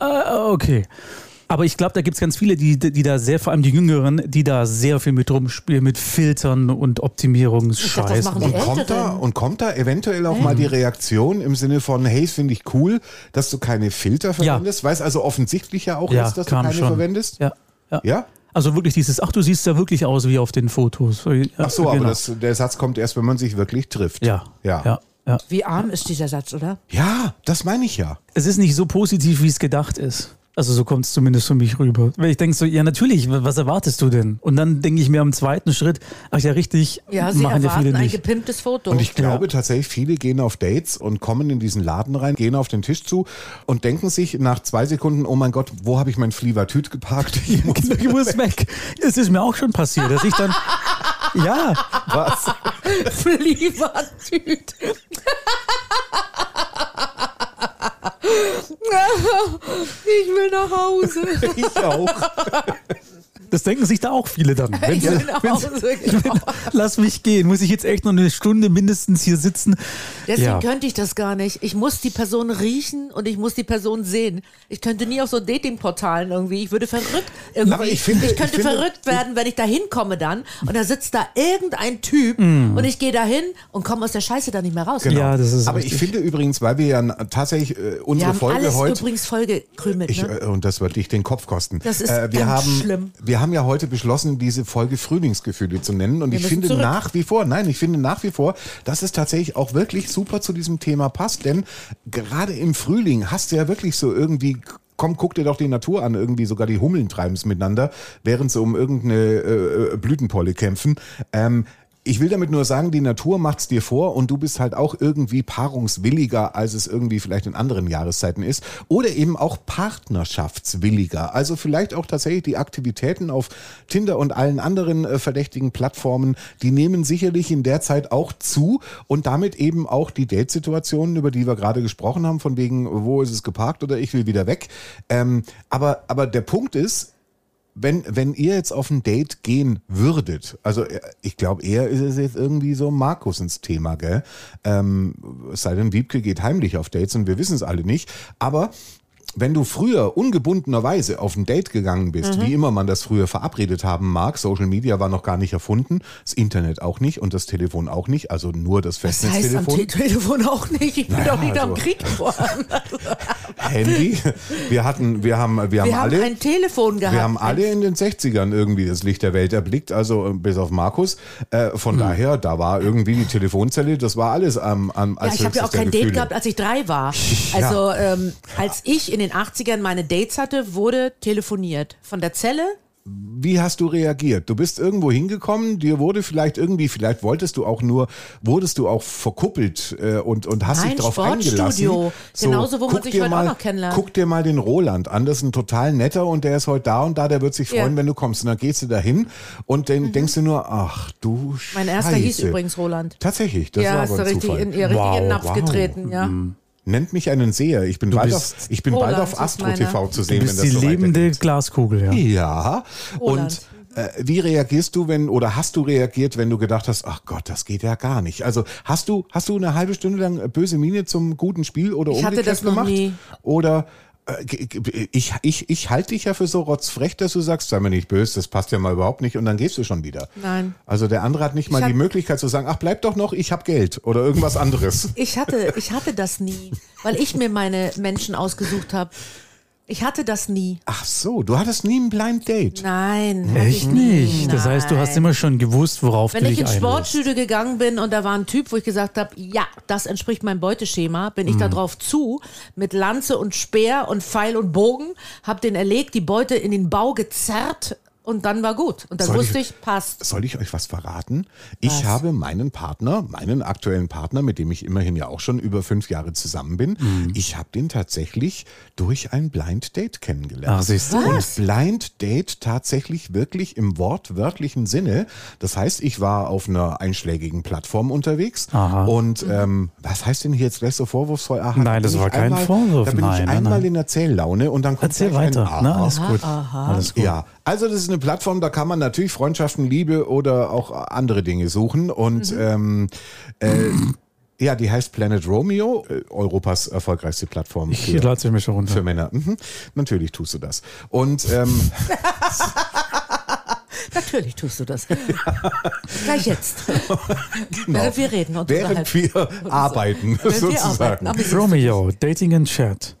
[SPEAKER 2] äh, okay. Aber ich glaube, da gibt es ganz viele, die, die da sehr, vor allem die Jüngeren, die da sehr viel mit rumspielen, mit Filtern und
[SPEAKER 4] dachte,
[SPEAKER 2] Optimierungsscheiß.
[SPEAKER 4] das machen die
[SPEAKER 3] und kommt, da,
[SPEAKER 4] Älteren.
[SPEAKER 3] und kommt da eventuell auch mal die Reaktion im Sinne von, hey, es finde ich cool, dass du keine Filter verwendest, weil es also offensichtlich ja auch
[SPEAKER 2] ja,
[SPEAKER 3] ist, dass du
[SPEAKER 2] kam
[SPEAKER 3] keine
[SPEAKER 2] schon.
[SPEAKER 3] verwendest?
[SPEAKER 2] Ja, ja.
[SPEAKER 3] ja?
[SPEAKER 2] Also wirklich dieses, ach, du siehst ja wirklich aus wie auf den Fotos. Genau.
[SPEAKER 3] Ach so, aber das, der Satz kommt erst, wenn man sich wirklich trifft.
[SPEAKER 2] Ja.
[SPEAKER 3] Ja.
[SPEAKER 2] ja. ja.
[SPEAKER 4] Wie arm ist dieser Satz, oder?
[SPEAKER 3] Ja, das meine ich ja.
[SPEAKER 2] Es ist nicht so positiv, wie es gedacht ist. Also so kommt es zumindest für mich rüber. Weil ich denke so, ja natürlich, wa- was erwartest du denn? Und dann denke ich mir am zweiten Schritt, ach ja richtig,
[SPEAKER 4] Ja, sie
[SPEAKER 2] machen ja
[SPEAKER 4] erwarten
[SPEAKER 2] viele
[SPEAKER 4] ein
[SPEAKER 2] nicht.
[SPEAKER 4] gepimptes Foto.
[SPEAKER 3] Und ich glaube tatsächlich, viele gehen auf Dates und kommen in diesen Laden rein, gehen auf den Tisch zu und denken sich nach zwei Sekunden, oh mein Gott, wo habe ich mein Flievertüt geparkt? Ich muss
[SPEAKER 2] Ich muss weg. Es ist mir auch schon passiert, dass ich dann, ja,
[SPEAKER 3] was.
[SPEAKER 4] Flievertüt. ich will nach Hause.
[SPEAKER 3] Ich auch.
[SPEAKER 2] das denken sich da auch viele dann. Wenn
[SPEAKER 4] Ich
[SPEAKER 2] sie-
[SPEAKER 4] will nach
[SPEAKER 2] wenn sie-
[SPEAKER 4] Hause. Genau.
[SPEAKER 2] Lass mich gehen, muss ich jetzt echt noch eine Stunde mindestens hier sitzen?
[SPEAKER 4] Deswegen
[SPEAKER 2] ja.
[SPEAKER 4] könnte ich das gar nicht. Ich muss die Person riechen und ich muss die Person sehen. Ich könnte nie auf so Datingportalen irgendwie. Ich würde verrückt irgendwie.
[SPEAKER 3] Aber ich finde-
[SPEAKER 4] könnte
[SPEAKER 3] ich finde-
[SPEAKER 4] verrückt werden, wenn ich da hinkomme dann und da sitzt da irgendein Typ
[SPEAKER 3] Mm.
[SPEAKER 4] und ich gehe da hin und komme aus der Scheiße da nicht mehr raus.
[SPEAKER 3] Genau.
[SPEAKER 2] Ja, das ist
[SPEAKER 3] Aber ich
[SPEAKER 2] richtig.
[SPEAKER 3] finde übrigens, weil wir ja n- tatsächlich äh,
[SPEAKER 4] Wir
[SPEAKER 3] unsere
[SPEAKER 4] haben
[SPEAKER 3] Folge
[SPEAKER 4] alles
[SPEAKER 3] heute.
[SPEAKER 4] übrigens vollgekrümelt.
[SPEAKER 3] Ich,
[SPEAKER 4] Ne?
[SPEAKER 3] äh, und das wird dich den Kopf kosten. Äh,
[SPEAKER 4] Das ist
[SPEAKER 3] wir
[SPEAKER 4] ganz
[SPEAKER 3] haben,
[SPEAKER 4] schlimm.
[SPEAKER 3] Wir haben ja heute beschlossen, diese Folge Frühlingsgefühle zu nennen. Und
[SPEAKER 4] Wir
[SPEAKER 3] ich
[SPEAKER 4] müssen
[SPEAKER 3] finde
[SPEAKER 4] zurück.
[SPEAKER 3] nach wie vor, nein, ich finde nach wie vor, dass es tatsächlich auch wirklich super zu diesem Thema passt. Denn gerade im Frühling hast du ja wirklich so irgendwie. Komm, guck dir doch die Natur an. Irgendwie sogar die Hummeln treiben es miteinander, während sie um irgendeine äh, äh, Blütenpolle kämpfen. Ähm, ich will damit nur sagen, die Natur macht's dir vor und du bist halt auch irgendwie paarungswilliger, als es irgendwie vielleicht in anderen Jahreszeiten ist. Oder eben auch partnerschaftswilliger. Also vielleicht auch tatsächlich die Aktivitäten auf Tinder und allen anderen äh, verdächtigen Plattformen, die nehmen sicherlich in der Zeit auch zu und damit eben auch die Datesituationen, über die wir gerade gesprochen haben, von wegen, wo ist es geparkt oder ich will wieder weg. Ähm, aber, aber der Punkt ist, wenn, wenn ihr jetzt auf ein Date gehen würdet, also äh, ich glaube, eher ist es jetzt irgendwie so Markus ins Thema, gell? Ähm, es sei denn, Wiebke geht heimlich auf Dates und wir wissen es alle nicht. Aber wenn du früher ungebundenerweise auf ein Date gegangen
[SPEAKER 4] Mhm.
[SPEAKER 3] bist, wie immer man das früher verabredet haben mag, Social Media war noch gar nicht erfunden, das Internet auch nicht und das Telefon auch nicht, also nur das
[SPEAKER 4] Das heißt am
[SPEAKER 3] Festnetztelefon,
[SPEAKER 4] Te- Telefon auch nicht. Ich bin
[SPEAKER 3] Naja,
[SPEAKER 4] doch nicht am
[SPEAKER 3] also-
[SPEAKER 4] Krieg worden.
[SPEAKER 3] Handy. Wir hatten, wir haben, wir haben
[SPEAKER 4] Wir haben
[SPEAKER 3] alle.
[SPEAKER 4] ein Telefon gehabt.
[SPEAKER 3] Wir haben alle in den 60ern irgendwie das Licht der Welt erblickt, also äh, bis auf Markus. Äh,
[SPEAKER 4] Hm.
[SPEAKER 3] von daher, da war irgendwie die Telefonzelle, das war alles am, am
[SPEAKER 4] Ja,
[SPEAKER 3] als
[SPEAKER 4] ich habe ja auch
[SPEAKER 3] höchstes der
[SPEAKER 4] kein
[SPEAKER 3] Gefühle.
[SPEAKER 4] Date gehabt, als ich drei war. Also ähm, als ich in den 80ern meine Dates hatte, wurde telefoniert. Von der Zelle.
[SPEAKER 3] Wie hast du reagiert? Du bist irgendwo hingekommen, dir wurde vielleicht irgendwie, vielleicht wolltest du auch nur, wurdest du auch verkuppelt äh, und, und hast dich
[SPEAKER 4] Nein,
[SPEAKER 3] darauf
[SPEAKER 4] Sportstudio.
[SPEAKER 3] eingelassen.
[SPEAKER 4] Genauso, wo man
[SPEAKER 3] guck
[SPEAKER 4] sich
[SPEAKER 3] dir
[SPEAKER 4] heute auch
[SPEAKER 3] mal,
[SPEAKER 4] noch kennenlernt.
[SPEAKER 3] Guck dir mal den Roland an, das ist ein total netter und der ist heute da und da, der wird sich
[SPEAKER 4] Ja. Mhm.
[SPEAKER 3] freuen, wenn du kommst. Und dann gehst du dahin und dann denkst du nur, ach du Scheiße.
[SPEAKER 4] Mein erster hieß übrigens Roland.
[SPEAKER 3] Tatsächlich, das war aber
[SPEAKER 4] ja, hast du
[SPEAKER 3] ein
[SPEAKER 4] richtig
[SPEAKER 3] Zufall. Mhm.
[SPEAKER 4] in, ihr richtig in den
[SPEAKER 2] Wow,
[SPEAKER 4] Napf getreten, ja.
[SPEAKER 3] Nennt mich einen Seher. Ich bin bald auf,
[SPEAKER 2] bist-
[SPEAKER 3] ich bin
[SPEAKER 4] Roland
[SPEAKER 3] bald auf
[SPEAKER 4] ist
[SPEAKER 3] Astro
[SPEAKER 4] meiner.
[SPEAKER 3] TV zu sehen,
[SPEAKER 2] Du
[SPEAKER 3] wenn
[SPEAKER 2] bist
[SPEAKER 3] das
[SPEAKER 2] die
[SPEAKER 3] so
[SPEAKER 2] lebende
[SPEAKER 3] weitergeht.
[SPEAKER 2] Glaskugel, ja.
[SPEAKER 3] Ja.
[SPEAKER 4] Roland.
[SPEAKER 3] Und äh, wie reagierst du, wenn oder hast du reagiert, wenn du gedacht hast, ach Gott, das geht ja gar nicht? Also hast du hast du eine halbe Stunde lang äh, böse Miene zum guten Spiel oder
[SPEAKER 4] Ich hatte
[SPEAKER 3] umgekehrt
[SPEAKER 4] das noch
[SPEAKER 3] gemacht?
[SPEAKER 4] nie.
[SPEAKER 3] Oder äh, g- g- ich, ich, ich halte dich ja für so rotzfrech, dass du sagst, sei mir nicht böse, das passt ja mal überhaupt nicht und dann gehst du schon wieder.
[SPEAKER 4] Nein.
[SPEAKER 3] Also der andere hat nicht mal
[SPEAKER 4] hab-
[SPEAKER 3] die Möglichkeit zu sagen, ach bleib doch noch, ich hab Geld oder irgendwas anderes.
[SPEAKER 4] Ich hatte, ich hatte das nie, weil ich mir meine Menschen ausgesucht habe. Ich hatte das nie.
[SPEAKER 3] Ach so, du hattest nie ein Blind Date.
[SPEAKER 4] Nein. hatte ich
[SPEAKER 2] Echt
[SPEAKER 4] nie.
[SPEAKER 2] nicht. Das heißt, du
[SPEAKER 4] Nein.
[SPEAKER 2] hast immer schon gewusst, worauf
[SPEAKER 4] Wenn
[SPEAKER 2] du
[SPEAKER 4] ich
[SPEAKER 2] dich
[SPEAKER 4] ins
[SPEAKER 2] einlässt.
[SPEAKER 4] Sportstudio gegangen bin und da war ein Typ, wo ich gesagt habe, ja, das entspricht meinem Beuteschema, bin
[SPEAKER 3] Mhm.
[SPEAKER 4] ich da drauf zu, mit Lanze und Speer und Pfeil und Bogen, hab den erlegt, die Beute in den Bau gezerrt und dann war gut. Und dann
[SPEAKER 3] Soll ich-
[SPEAKER 4] wusste ich, passt.
[SPEAKER 3] Soll ich euch was verraten? Ich habe meinen Partner, meinen aktuellen Partner, mit dem ich immerhin ja auch schon über fünf Jahre zusammen bin,
[SPEAKER 2] Mhm.
[SPEAKER 3] ich habe den tatsächlich durch ein Blind Date kennengelernt.
[SPEAKER 2] Ach, siehst du.
[SPEAKER 3] Und Blind Date tatsächlich wirklich im wortwörtlichen Sinne. Das heißt, ich war auf einer einschlägigen Plattform unterwegs und ähm, was heißt denn hier jetzt gleich so vorwurfsvoll? Aha, da
[SPEAKER 2] Nein,
[SPEAKER 3] bin
[SPEAKER 2] das
[SPEAKER 3] ich
[SPEAKER 2] war kein
[SPEAKER 3] einmal,
[SPEAKER 2] Vorwurf.
[SPEAKER 3] Da bin
[SPEAKER 2] Nein,
[SPEAKER 3] ich
[SPEAKER 2] nein,
[SPEAKER 3] einmal
[SPEAKER 2] nein.
[SPEAKER 3] in der Zähllaune und dann kommt
[SPEAKER 2] Erzähl
[SPEAKER 3] gleich ein
[SPEAKER 2] weiter.
[SPEAKER 3] Aha.
[SPEAKER 2] Ne? Alles gut. Alles gut.
[SPEAKER 3] Ja, also das ist eine Plattform, da kann man natürlich Freundschaften, Liebe oder auch andere Dinge suchen. Und
[SPEAKER 4] Mhm.
[SPEAKER 3] ähm, äh, ja, die heißt Planet Romeo, äh, Europas erfolgreichste Plattform
[SPEAKER 2] Ich
[SPEAKER 3] für,
[SPEAKER 2] lasse mich schon runter.
[SPEAKER 3] für Männer. Mhm. Natürlich tust du das. Und ähm,
[SPEAKER 4] Natürlich tust du das. Gleich jetzt. Während wir reden und
[SPEAKER 3] Genau. während
[SPEAKER 4] unterhalten.
[SPEAKER 3] wir arbeiten,
[SPEAKER 4] Während wir arbeiten. ne?
[SPEAKER 3] sozusagen.
[SPEAKER 4] Aber
[SPEAKER 2] Romeo, Dating and Chat.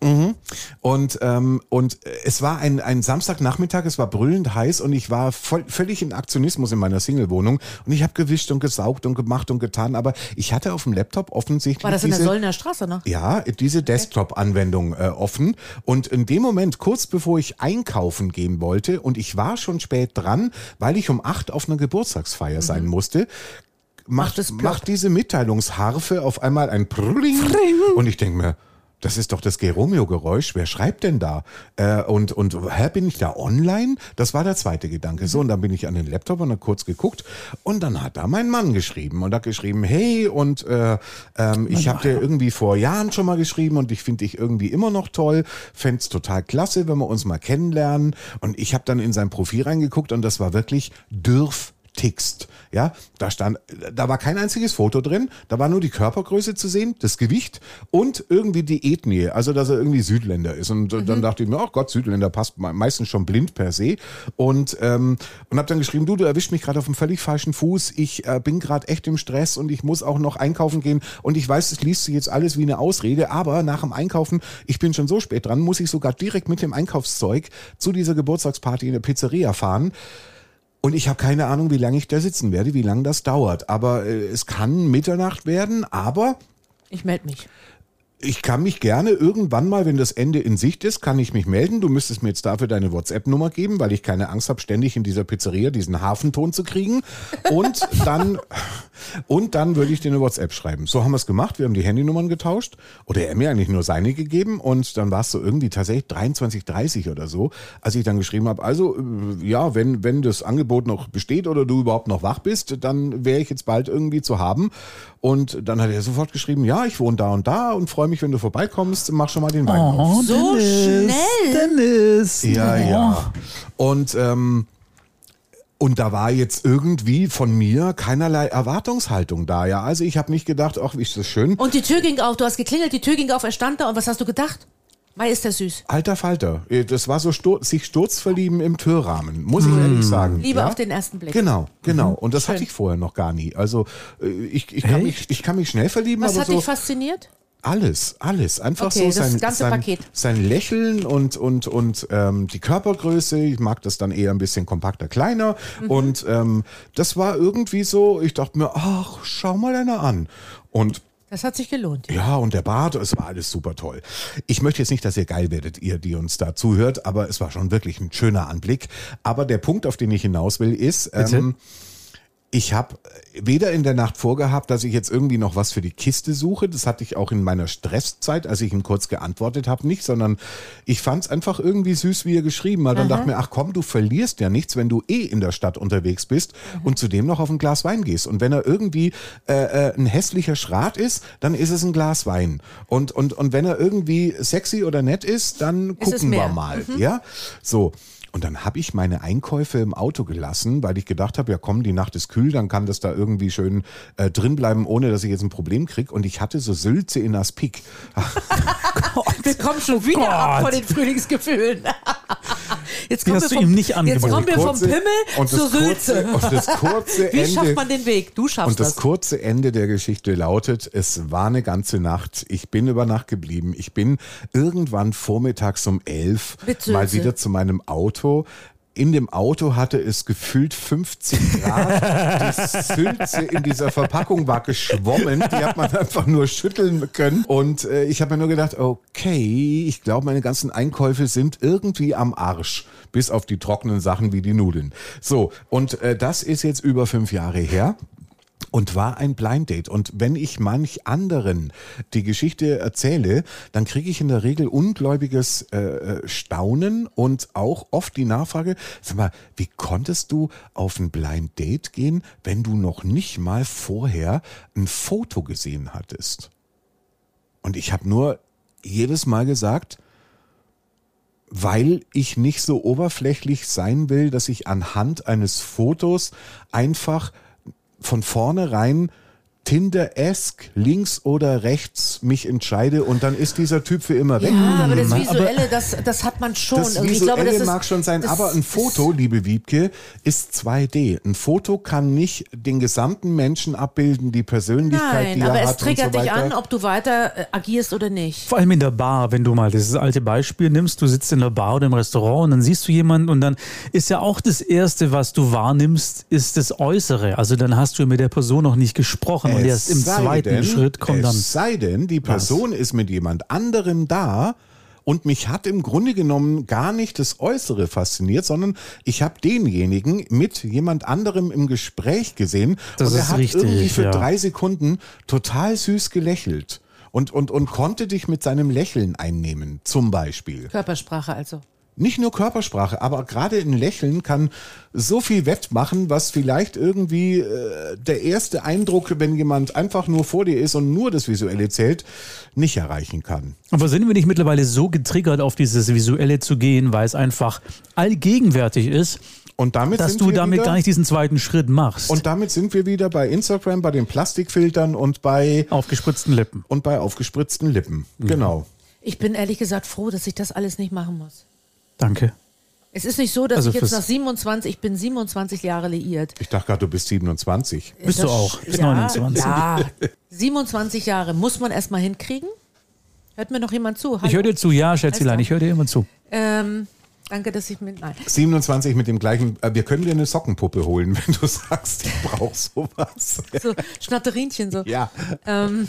[SPEAKER 3] Und, ähm, und es war ein, ein Samstagnachmittag, es war brüllend heiß und ich war voll, völlig in Aktionismus in meiner Singlewohnung und ich habe gewischt und gesaugt und gemacht und getan, aber ich hatte auf dem Laptop offensichtlich
[SPEAKER 4] War das in der
[SPEAKER 3] diese,
[SPEAKER 4] Sollner Straße ne? noch?
[SPEAKER 3] ja, diese Desktop-Anwendung äh, offen. Und in dem Moment, kurz bevor ich einkaufen gehen wollte, und ich war schon spät dran, weil ich um acht auf einer Geburtstagsfeier sein musste, macht,
[SPEAKER 4] Macht es plopp.
[SPEAKER 3] macht diese Mitteilungsharfe auf einmal ein Prring. Und ich denke mir, das ist doch das Geromeo-Geräusch. Wer schreibt denn da? Äh, und, und, hä, bin ich da online? Das war der zweite Gedanke. So, und dann bin ich an den Laptop und dann kurz geguckt. Und dann hat da mein Mann geschrieben und hat geschrieben, hey, und äh, ähm, ich habe dir irgendwie vor Jahren schon mal geschrieben und ich finde dich irgendwie immer noch toll. Fänd's total klasse, wenn wir uns mal kennenlernen. Und ich habe dann in sein Profil reingeguckt und das war wirklich dürf tickst. Ja, da stand, da war kein einziges Foto drin, da war nur die Körpergröße zu sehen, das Gewicht und irgendwie die Ethnie, also dass er irgendwie Südländer ist. Und dann dachte ich mir, ach Gott, Südländer passt me- meistens schon blind per se. Und, ähm, und habe dann geschrieben, du, du erwischt mich gerade auf dem völlig falschen Fuß, ich äh, bin gerade echt im Stress und ich muss auch noch einkaufen gehen. Und ich weiß, es liest sich jetzt alles wie eine Ausrede, aber nach dem Einkaufen, ich bin schon so spät dran, muss ich sogar direkt mit dem Einkaufszeug zu dieser Geburtstagsparty in der Pizzeria fahren. Und ich habe keine Ahnung, wie lange ich da sitzen werde, wie lange das dauert. Aber äh, es kann Mitternacht werden, aber
[SPEAKER 4] Ich melde mich.
[SPEAKER 3] ich kann mich gerne irgendwann mal, wenn das Ende in Sicht ist, kann ich mich melden. Du müsstest mir jetzt dafür deine WhatsApp-Nummer geben, weil ich keine Angst habe, ständig in dieser Pizzeria diesen Hafenton zu kriegen. Und dann, und dann würde ich dir eine WhatsApp schreiben. So haben wir es gemacht. Wir haben die Handynummern getauscht. Oder er mir eigentlich nur seine gegeben. Und dann war es so irgendwie tatsächlich 23.30 oder so, als ich dann geschrieben habe, also, äh, ja, wenn, wenn das Angebot noch besteht oder du überhaupt noch wach bist, dann wäre ich jetzt bald irgendwie zu haben. Und dann hat er sofort geschrieben, ja, ich wohne da und da und freue mich, wenn du vorbeikommst, mach schon mal den Wein auf.
[SPEAKER 4] So schnell.
[SPEAKER 2] Dennis.
[SPEAKER 3] Ja, ja. Und, ähm, und da war jetzt irgendwie von mir keinerlei Erwartungshaltung da. Ja, also ich habe nicht gedacht, ach, wie ist das schön.
[SPEAKER 4] Und die Tür ging auf, du hast geklingelt, die Tür ging auf, er stand da und was hast du gedacht? Mei, ist das süß.
[SPEAKER 3] Alter Falter. Äh, Das war so stu sich sturzverlieben im Türrahmen, muss ich ehrlich sagen.
[SPEAKER 4] Liebe
[SPEAKER 3] ja?
[SPEAKER 4] auf den ersten Blick. Mhm.
[SPEAKER 3] Genau, genau. Und das hatte
[SPEAKER 4] Schön.
[SPEAKER 3] ich vorher noch gar nie. Also äh, ich, ich, kann, mich, ich kann mich schnell verlieben,
[SPEAKER 4] Was
[SPEAKER 3] aber
[SPEAKER 4] hat
[SPEAKER 3] so
[SPEAKER 4] dich fasziniert?
[SPEAKER 3] alles, alles. Einfach
[SPEAKER 4] Okay,
[SPEAKER 3] so
[SPEAKER 4] das
[SPEAKER 3] sein,
[SPEAKER 4] ganze
[SPEAKER 3] sein,
[SPEAKER 4] Paket.
[SPEAKER 3] sein Lächeln und, und, und ähm, die Körpergröße. Ich mag das dann eher ein bisschen kompakter, kleiner.
[SPEAKER 4] Mhm.
[SPEAKER 3] Und ähm, das war irgendwie so, ich dachte mir, ach, schau mal deiner an. Und
[SPEAKER 4] Das hat sich gelohnt.
[SPEAKER 3] ja, und der Bart, es war alles super toll. Ich möchte jetzt nicht, dass ihr geil werdet, ihr, die uns da zuhört, aber es war schon wirklich ein schöner Anblick. Aber der Punkt, auf den ich hinaus will, ist, ähm, ich habe weder in der Nacht vorgehabt, dass ich jetzt irgendwie noch was für die Kiste suche. Das hatte ich auch in meiner Stresszeit, als ich ihm kurz geantwortet habe, nicht, sondern ich fand es einfach irgendwie süß, wie er geschrieben hat. Dann
[SPEAKER 4] Mhm.
[SPEAKER 3] dachte mir, ach komm, du verlierst ja nichts, wenn du eh in der Stadt unterwegs bist
[SPEAKER 4] Mhm.
[SPEAKER 3] und zudem noch auf ein Glas Wein gehst. Und wenn er irgendwie äh, äh, ein hässlicher Schrat ist, dann ist es ein Glas Wein. Und, und, und wenn er irgendwie sexy oder nett ist, dann
[SPEAKER 4] Ist es
[SPEAKER 3] gucken wir
[SPEAKER 4] mehr.
[SPEAKER 3] mal. Ja, so. Und dann habe ich meine Einkäufe im Auto gelassen, weil ich gedacht habe, ja komm, die Nacht ist kühl, dann kann das da irgendwie schön äh, drin bleiben, ohne dass ich jetzt ein Problem kriege. Und ich hatte so Sülze in Aspik.
[SPEAKER 2] Oh,
[SPEAKER 4] Wir kommen
[SPEAKER 3] Oh
[SPEAKER 4] schon wieder ab von den Frühlingsgefühlen. Jetzt kommen
[SPEAKER 2] hast
[SPEAKER 4] wir
[SPEAKER 2] du
[SPEAKER 4] vom-
[SPEAKER 2] ihm nicht angeboten.
[SPEAKER 4] Jetzt kommen wir vom
[SPEAKER 3] Kurze-
[SPEAKER 4] Pimmel
[SPEAKER 3] und
[SPEAKER 4] zur
[SPEAKER 3] das kurze-
[SPEAKER 4] Sülze.
[SPEAKER 3] und das kurze
[SPEAKER 4] Wie
[SPEAKER 3] Ende-
[SPEAKER 4] schafft man den Weg? Du schaffst
[SPEAKER 3] Und das
[SPEAKER 4] das.
[SPEAKER 3] kurze Ende der Geschichte lautet, es war eine ganze Nacht. Ich bin über Nacht geblieben. Ich bin irgendwann vormittags um elf
[SPEAKER 4] Mit Sülze.
[SPEAKER 3] mal wieder zu meinem Auto. In dem Auto hatte es gefühlt 50 Grad. Die Sülze in dieser Verpackung war geschwommen. Die hat man einfach nur schütteln können. Und äh, ich habe mir nur gedacht, okay, ich glaube, meine ganzen Einkäufe sind irgendwie am Arsch. Bis auf die trockenen Sachen wie die Nudeln. So, und äh, das ist jetzt über fünf Jahre her und war ein Blind Date. Und wenn ich manch anderen die Geschichte erzähle, dann kriege ich in der Regel ungläubiges äh, äh, Staunen und auch oft die Nachfrage, sag mal, wie konntest du auf ein Blind Date gehen, wenn du noch nicht mal vorher ein Foto gesehen hattest? Und ich habe nur jedes Mal gesagt, weil ich nicht so oberflächlich sein will, dass ich anhand eines Fotos einfach von vornherein Tinder-esque links oder rechts mich entscheide und dann ist dieser Typ für immer weg. Hm.
[SPEAKER 4] Ja, aber das Visuelle, das, das hat man schon.
[SPEAKER 3] Mhm. Das
[SPEAKER 4] irgendwie.
[SPEAKER 3] Visuelle
[SPEAKER 4] ich glaube, das ist,
[SPEAKER 3] mag schon sein,
[SPEAKER 4] das
[SPEAKER 3] aber ein Foto, liebe Wiebke, ist 2D. Ein Foto kann nicht den gesamten Menschen abbilden, die Persönlichkeit,
[SPEAKER 4] Nein,
[SPEAKER 3] die er
[SPEAKER 4] aber
[SPEAKER 3] hat
[SPEAKER 4] es triggert
[SPEAKER 3] und so
[SPEAKER 4] dich
[SPEAKER 3] weiter.
[SPEAKER 4] an, ob du weiter äh, agierst oder nicht.
[SPEAKER 2] Vor allem in der Bar, wenn du mal dieses alte Beispiel nimmst, du sitzt in der Bar oder im Restaurant und dann siehst du jemanden und dann ist ja auch das Erste, was du wahrnimmst, ist das Äußere. Also dann hast du ja mit der Person noch nicht gesprochen und erst im
[SPEAKER 3] sei
[SPEAKER 2] zweiten
[SPEAKER 3] denn-
[SPEAKER 2] Schritt kommt dann.
[SPEAKER 3] Es sei denn, die Person ist mit jemand anderem da und mich hat im Grunde genommen gar nicht das Äußere fasziniert, sondern ich habe denjenigen mit jemand anderem im Gespräch gesehen
[SPEAKER 2] Das
[SPEAKER 3] und er
[SPEAKER 2] ist
[SPEAKER 3] hat
[SPEAKER 2] richtig,
[SPEAKER 3] irgendwie für
[SPEAKER 2] ja.
[SPEAKER 3] drei Sekunden total süß gelächelt. Und, und, und konnte dich mit seinem Lächeln einnehmen, zum Beispiel.
[SPEAKER 4] Körpersprache also.
[SPEAKER 3] Nicht nur Körpersprache, aber gerade ein Lächeln kann so viel wettmachen, was vielleicht irgendwie äh, der erste Eindruck, wenn jemand einfach nur vor dir ist und nur das Visuelle zählt, nicht erreichen kann.
[SPEAKER 2] Aber sind wir nicht mittlerweile so getriggert, auf dieses Visuelle zu gehen, weil es einfach allgegenwärtig ist,
[SPEAKER 3] Und damit
[SPEAKER 2] dass
[SPEAKER 3] sind
[SPEAKER 2] du
[SPEAKER 3] wir
[SPEAKER 2] damit
[SPEAKER 3] wieder,
[SPEAKER 2] gar nicht diesen zweiten Schritt machst?
[SPEAKER 3] und damit sind wir wieder bei Instagram, bei den Plastikfiltern und bei
[SPEAKER 2] auf gespritzten Lippen.
[SPEAKER 3] und bei aufgespritzten Lippen. Genau.
[SPEAKER 4] Ich bin ehrlich gesagt froh, dass ich das alles nicht machen muss.
[SPEAKER 2] Danke.
[SPEAKER 4] Es ist nicht so, dass
[SPEAKER 2] Also
[SPEAKER 4] ich jetzt
[SPEAKER 2] fürs-
[SPEAKER 4] nach 27, ich bin 27 Jahre liiert.
[SPEAKER 3] Ich dachte gerade, du bist 27.
[SPEAKER 2] Bist du
[SPEAKER 4] Das-
[SPEAKER 2] auch. Bis
[SPEAKER 4] ja,
[SPEAKER 2] 29.
[SPEAKER 4] Ja, 27 Jahre muss man erstmal hinkriegen. Hört mir noch jemand zu?
[SPEAKER 2] Ich höre
[SPEAKER 4] Hallo.
[SPEAKER 2] dir zu, ja, Schätzelein, ich höre dir immer zu.
[SPEAKER 4] ähm, danke, dass ich mit. Nein.
[SPEAKER 3] 27 mit dem gleichen. Äh, wir können dir eine Sockenpuppe holen, wenn du sagst, ich brauche sowas.
[SPEAKER 4] So, Schnatterinchen so.
[SPEAKER 3] Ja.
[SPEAKER 4] Ähm,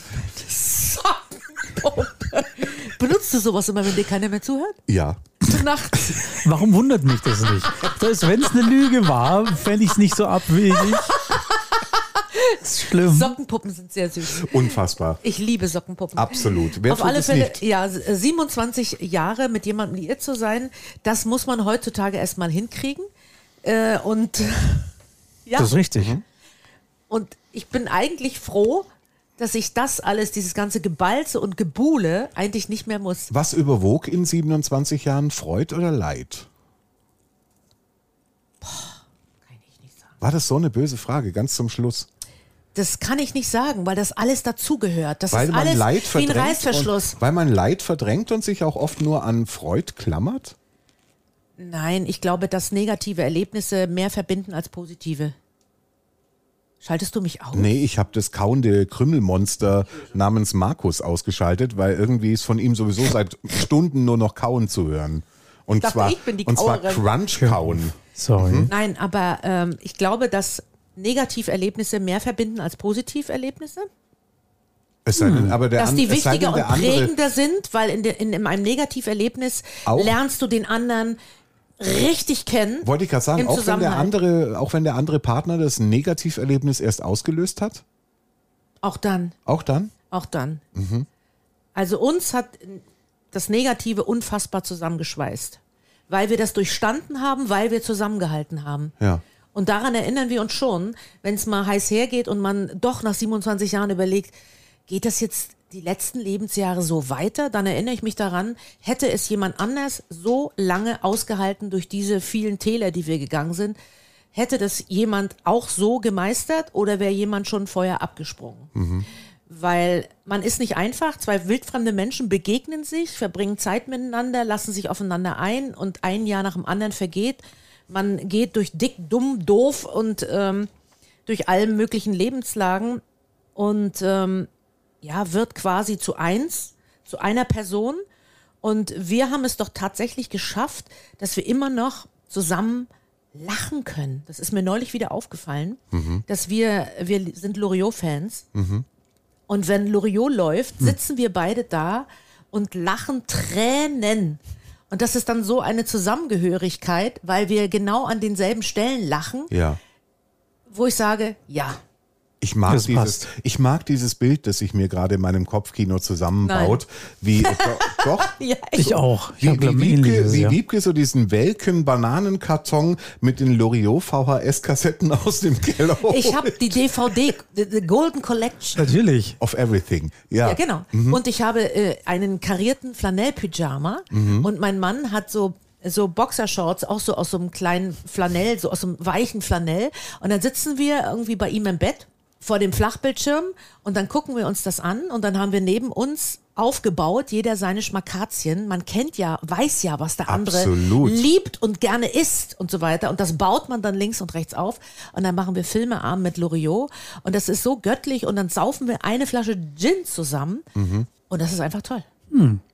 [SPEAKER 4] Sockenpuppe. Benutzt du sowas immer, wenn dir keiner mehr zuhört?
[SPEAKER 3] Ja.
[SPEAKER 4] Nachts.
[SPEAKER 2] Warum wundert mich das nicht? Selbst wenn es eine Lüge war, fände ich es nicht so abwegig. ist schlimm.
[SPEAKER 4] Sockenpuppen sind sehr süß.
[SPEAKER 3] Unfassbar.
[SPEAKER 4] Ich liebe Sockenpuppen.
[SPEAKER 3] Absolut. Wer
[SPEAKER 4] Auf
[SPEAKER 3] tut
[SPEAKER 4] alle
[SPEAKER 3] es
[SPEAKER 4] Fälle,
[SPEAKER 3] nicht?
[SPEAKER 4] ja, 27 Jahre mit jemandem liiert zu sein, das muss man heutzutage erstmal hinkriegen. Äh, und ja,
[SPEAKER 2] Das ist richtig.
[SPEAKER 3] Mhm.
[SPEAKER 4] und ich bin eigentlich froh, dass ich das alles, dieses ganze Gebalze und Gebuhle, eigentlich nicht mehr muss.
[SPEAKER 3] Was überwog in 27 Jahren, Freud oder Leid?
[SPEAKER 4] Kann ich nicht sagen.
[SPEAKER 3] War das so eine böse Frage, ganz zum Schluss?
[SPEAKER 4] Das kann ich nicht sagen, weil das alles dazugehört. Das
[SPEAKER 3] Weil
[SPEAKER 4] ist
[SPEAKER 3] man
[SPEAKER 4] alles
[SPEAKER 3] Leid
[SPEAKER 4] wie ein
[SPEAKER 3] verdrängt.
[SPEAKER 4] Reißverschluss.
[SPEAKER 3] Und, weil man Leid verdrängt und sich auch oft nur an Freud klammert?
[SPEAKER 4] Nein, ich glaube, dass negative Erlebnisse mehr verbinden als positive. Schaltest du mich auf?
[SPEAKER 3] Nee, ich habe das kauende Krümmelmonster namens Markus ausgeschaltet, weil irgendwie ist von ihm sowieso seit Stunden nur noch kauen zu hören. Und
[SPEAKER 4] dachte,
[SPEAKER 3] zwar,
[SPEAKER 4] ich bin die
[SPEAKER 3] und zwar
[SPEAKER 4] Kauerin.
[SPEAKER 3] Crunch kauen.
[SPEAKER 2] Sorry.
[SPEAKER 3] Mhm.
[SPEAKER 4] Nein, aber ähm, ich glaube, dass Negativerlebnisse mehr verbinden als Positiverlebnisse.
[SPEAKER 3] Es sei denn, aber der
[SPEAKER 4] Dass
[SPEAKER 3] an-
[SPEAKER 4] Hm. die
[SPEAKER 3] es sei denn,
[SPEAKER 4] wichtiger und
[SPEAKER 3] der andere,
[SPEAKER 4] prägender sind, weil in, de, in, in einem Negativerlebnis
[SPEAKER 3] Auch?
[SPEAKER 4] lernst du den anderen richtig kennen.
[SPEAKER 3] Wollte ich gerade sagen,
[SPEAKER 4] im
[SPEAKER 3] auch wenn, der
[SPEAKER 4] Zusammenhalt.
[SPEAKER 3] andere, auch wenn der andere Partner das Negativerlebnis erst ausgelöst hat,
[SPEAKER 4] Auch dann,
[SPEAKER 3] auch dann?
[SPEAKER 4] auch dann.
[SPEAKER 3] Mhm.
[SPEAKER 4] Also uns hat das Negative unfassbar zusammengeschweißt, weil wir das durchstanden haben, weil wir zusammengehalten haben.
[SPEAKER 3] Ja.
[SPEAKER 4] Und daran erinnern wir uns schon, wenn es mal heiß hergeht und man doch nach 27 Jahren überlegt, geht das jetzt die letzten Lebensjahre so weiter? Dann erinnere ich mich daran, hätte es jemand anders so lange ausgehalten durch diese vielen Täler, die wir gegangen sind, hätte das jemand auch so gemeistert oder wäre jemand schon vorher abgesprungen? Weil man ist nicht einfach, zwei wildfremde Menschen begegnen sich, verbringen Zeit miteinander, lassen sich aufeinander ein und ein Jahr nach dem anderen vergeht. Man geht durch dick, dumm, doof und ähm, durch allen möglichen Lebenslagen und ähm, ja, wird quasi zu eins, zu einer Person. Und wir haben es doch tatsächlich geschafft, dass wir immer noch zusammen lachen können. Das ist mir neulich wieder aufgefallen, dass wir, wir sind Loriot-Fans. Und wenn Loriot läuft, sitzen wir beide da und lachen Tränen. Und das ist dann so eine Zusammengehörigkeit, weil wir genau an denselben Stellen lachen,
[SPEAKER 3] Ja.
[SPEAKER 4] wo ich sage, ja,
[SPEAKER 3] Ich mag,
[SPEAKER 2] Das
[SPEAKER 3] dieses,
[SPEAKER 2] passt.
[SPEAKER 3] ich mag dieses Bild, das sich mir gerade in meinem Kopfkino zusammenbaut, wie doch, doch
[SPEAKER 4] ja
[SPEAKER 2] Ich auch. Ich
[SPEAKER 3] Wie,
[SPEAKER 2] hab
[SPEAKER 3] wie,
[SPEAKER 2] Lamellen
[SPEAKER 3] Wiebke,
[SPEAKER 2] dieses
[SPEAKER 3] wie
[SPEAKER 2] Jahr.
[SPEAKER 3] Wiebke so diesen welken Bananenkarton mit den Loriot VHS-Kassetten aus dem Keller.
[SPEAKER 4] Ich habe die DVD, the, the Golden Collection.
[SPEAKER 2] Natürlich.
[SPEAKER 3] Of everything. Ja,
[SPEAKER 4] Ja, genau. Und ich habe äh, einen karierten Flanellpyjama und mein Mann hat so so Boxershorts, auch so aus so einem kleinen Flanell, so aus so einem weichen Flanell. Und dann sitzen wir irgendwie bei ihm im Bett vor dem Flachbildschirm und dann gucken wir uns das an und dann haben wir neben uns aufgebaut, jeder seine Schmakazien. Man kennt ja, weiß ja, was der andere
[SPEAKER 3] Absolut.
[SPEAKER 4] liebt und gerne isst und so weiter. Und das baut man dann links und rechts auf. Und dann machen wir Filmeabend mit Loriot. Und das ist so göttlich. Und dann saufen wir eine Flasche Gin zusammen. Und das ist einfach toll.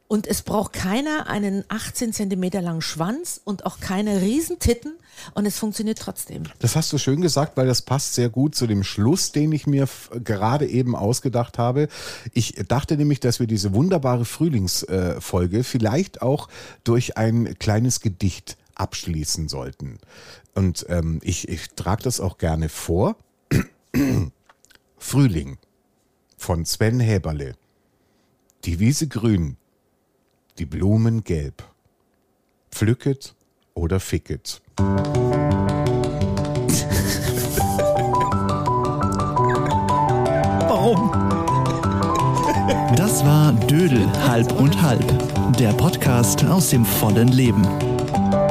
[SPEAKER 4] Und es braucht keiner einen 18 Zentimeter langen Schwanz und auch keine Riesentitten. Und es funktioniert trotzdem.
[SPEAKER 3] Das hast du schön gesagt, weil das passt sehr gut zu dem Schluss, den ich mir f- gerade eben ausgedacht habe. Ich dachte nämlich, dass wir diese wunderbare Frühlingsfolge äh, Folge vielleicht auch durch ein kleines Gedicht abschließen sollten. Und ähm, ich, ich trage das auch gerne vor. Frühling von Sven Häberle. Die Wiese grün, die Blumen gelb. Pflücket oder ficket.
[SPEAKER 2] Warum?
[SPEAKER 1] Das war Dödel halb und halb, der Podcast aus dem vollen Leben.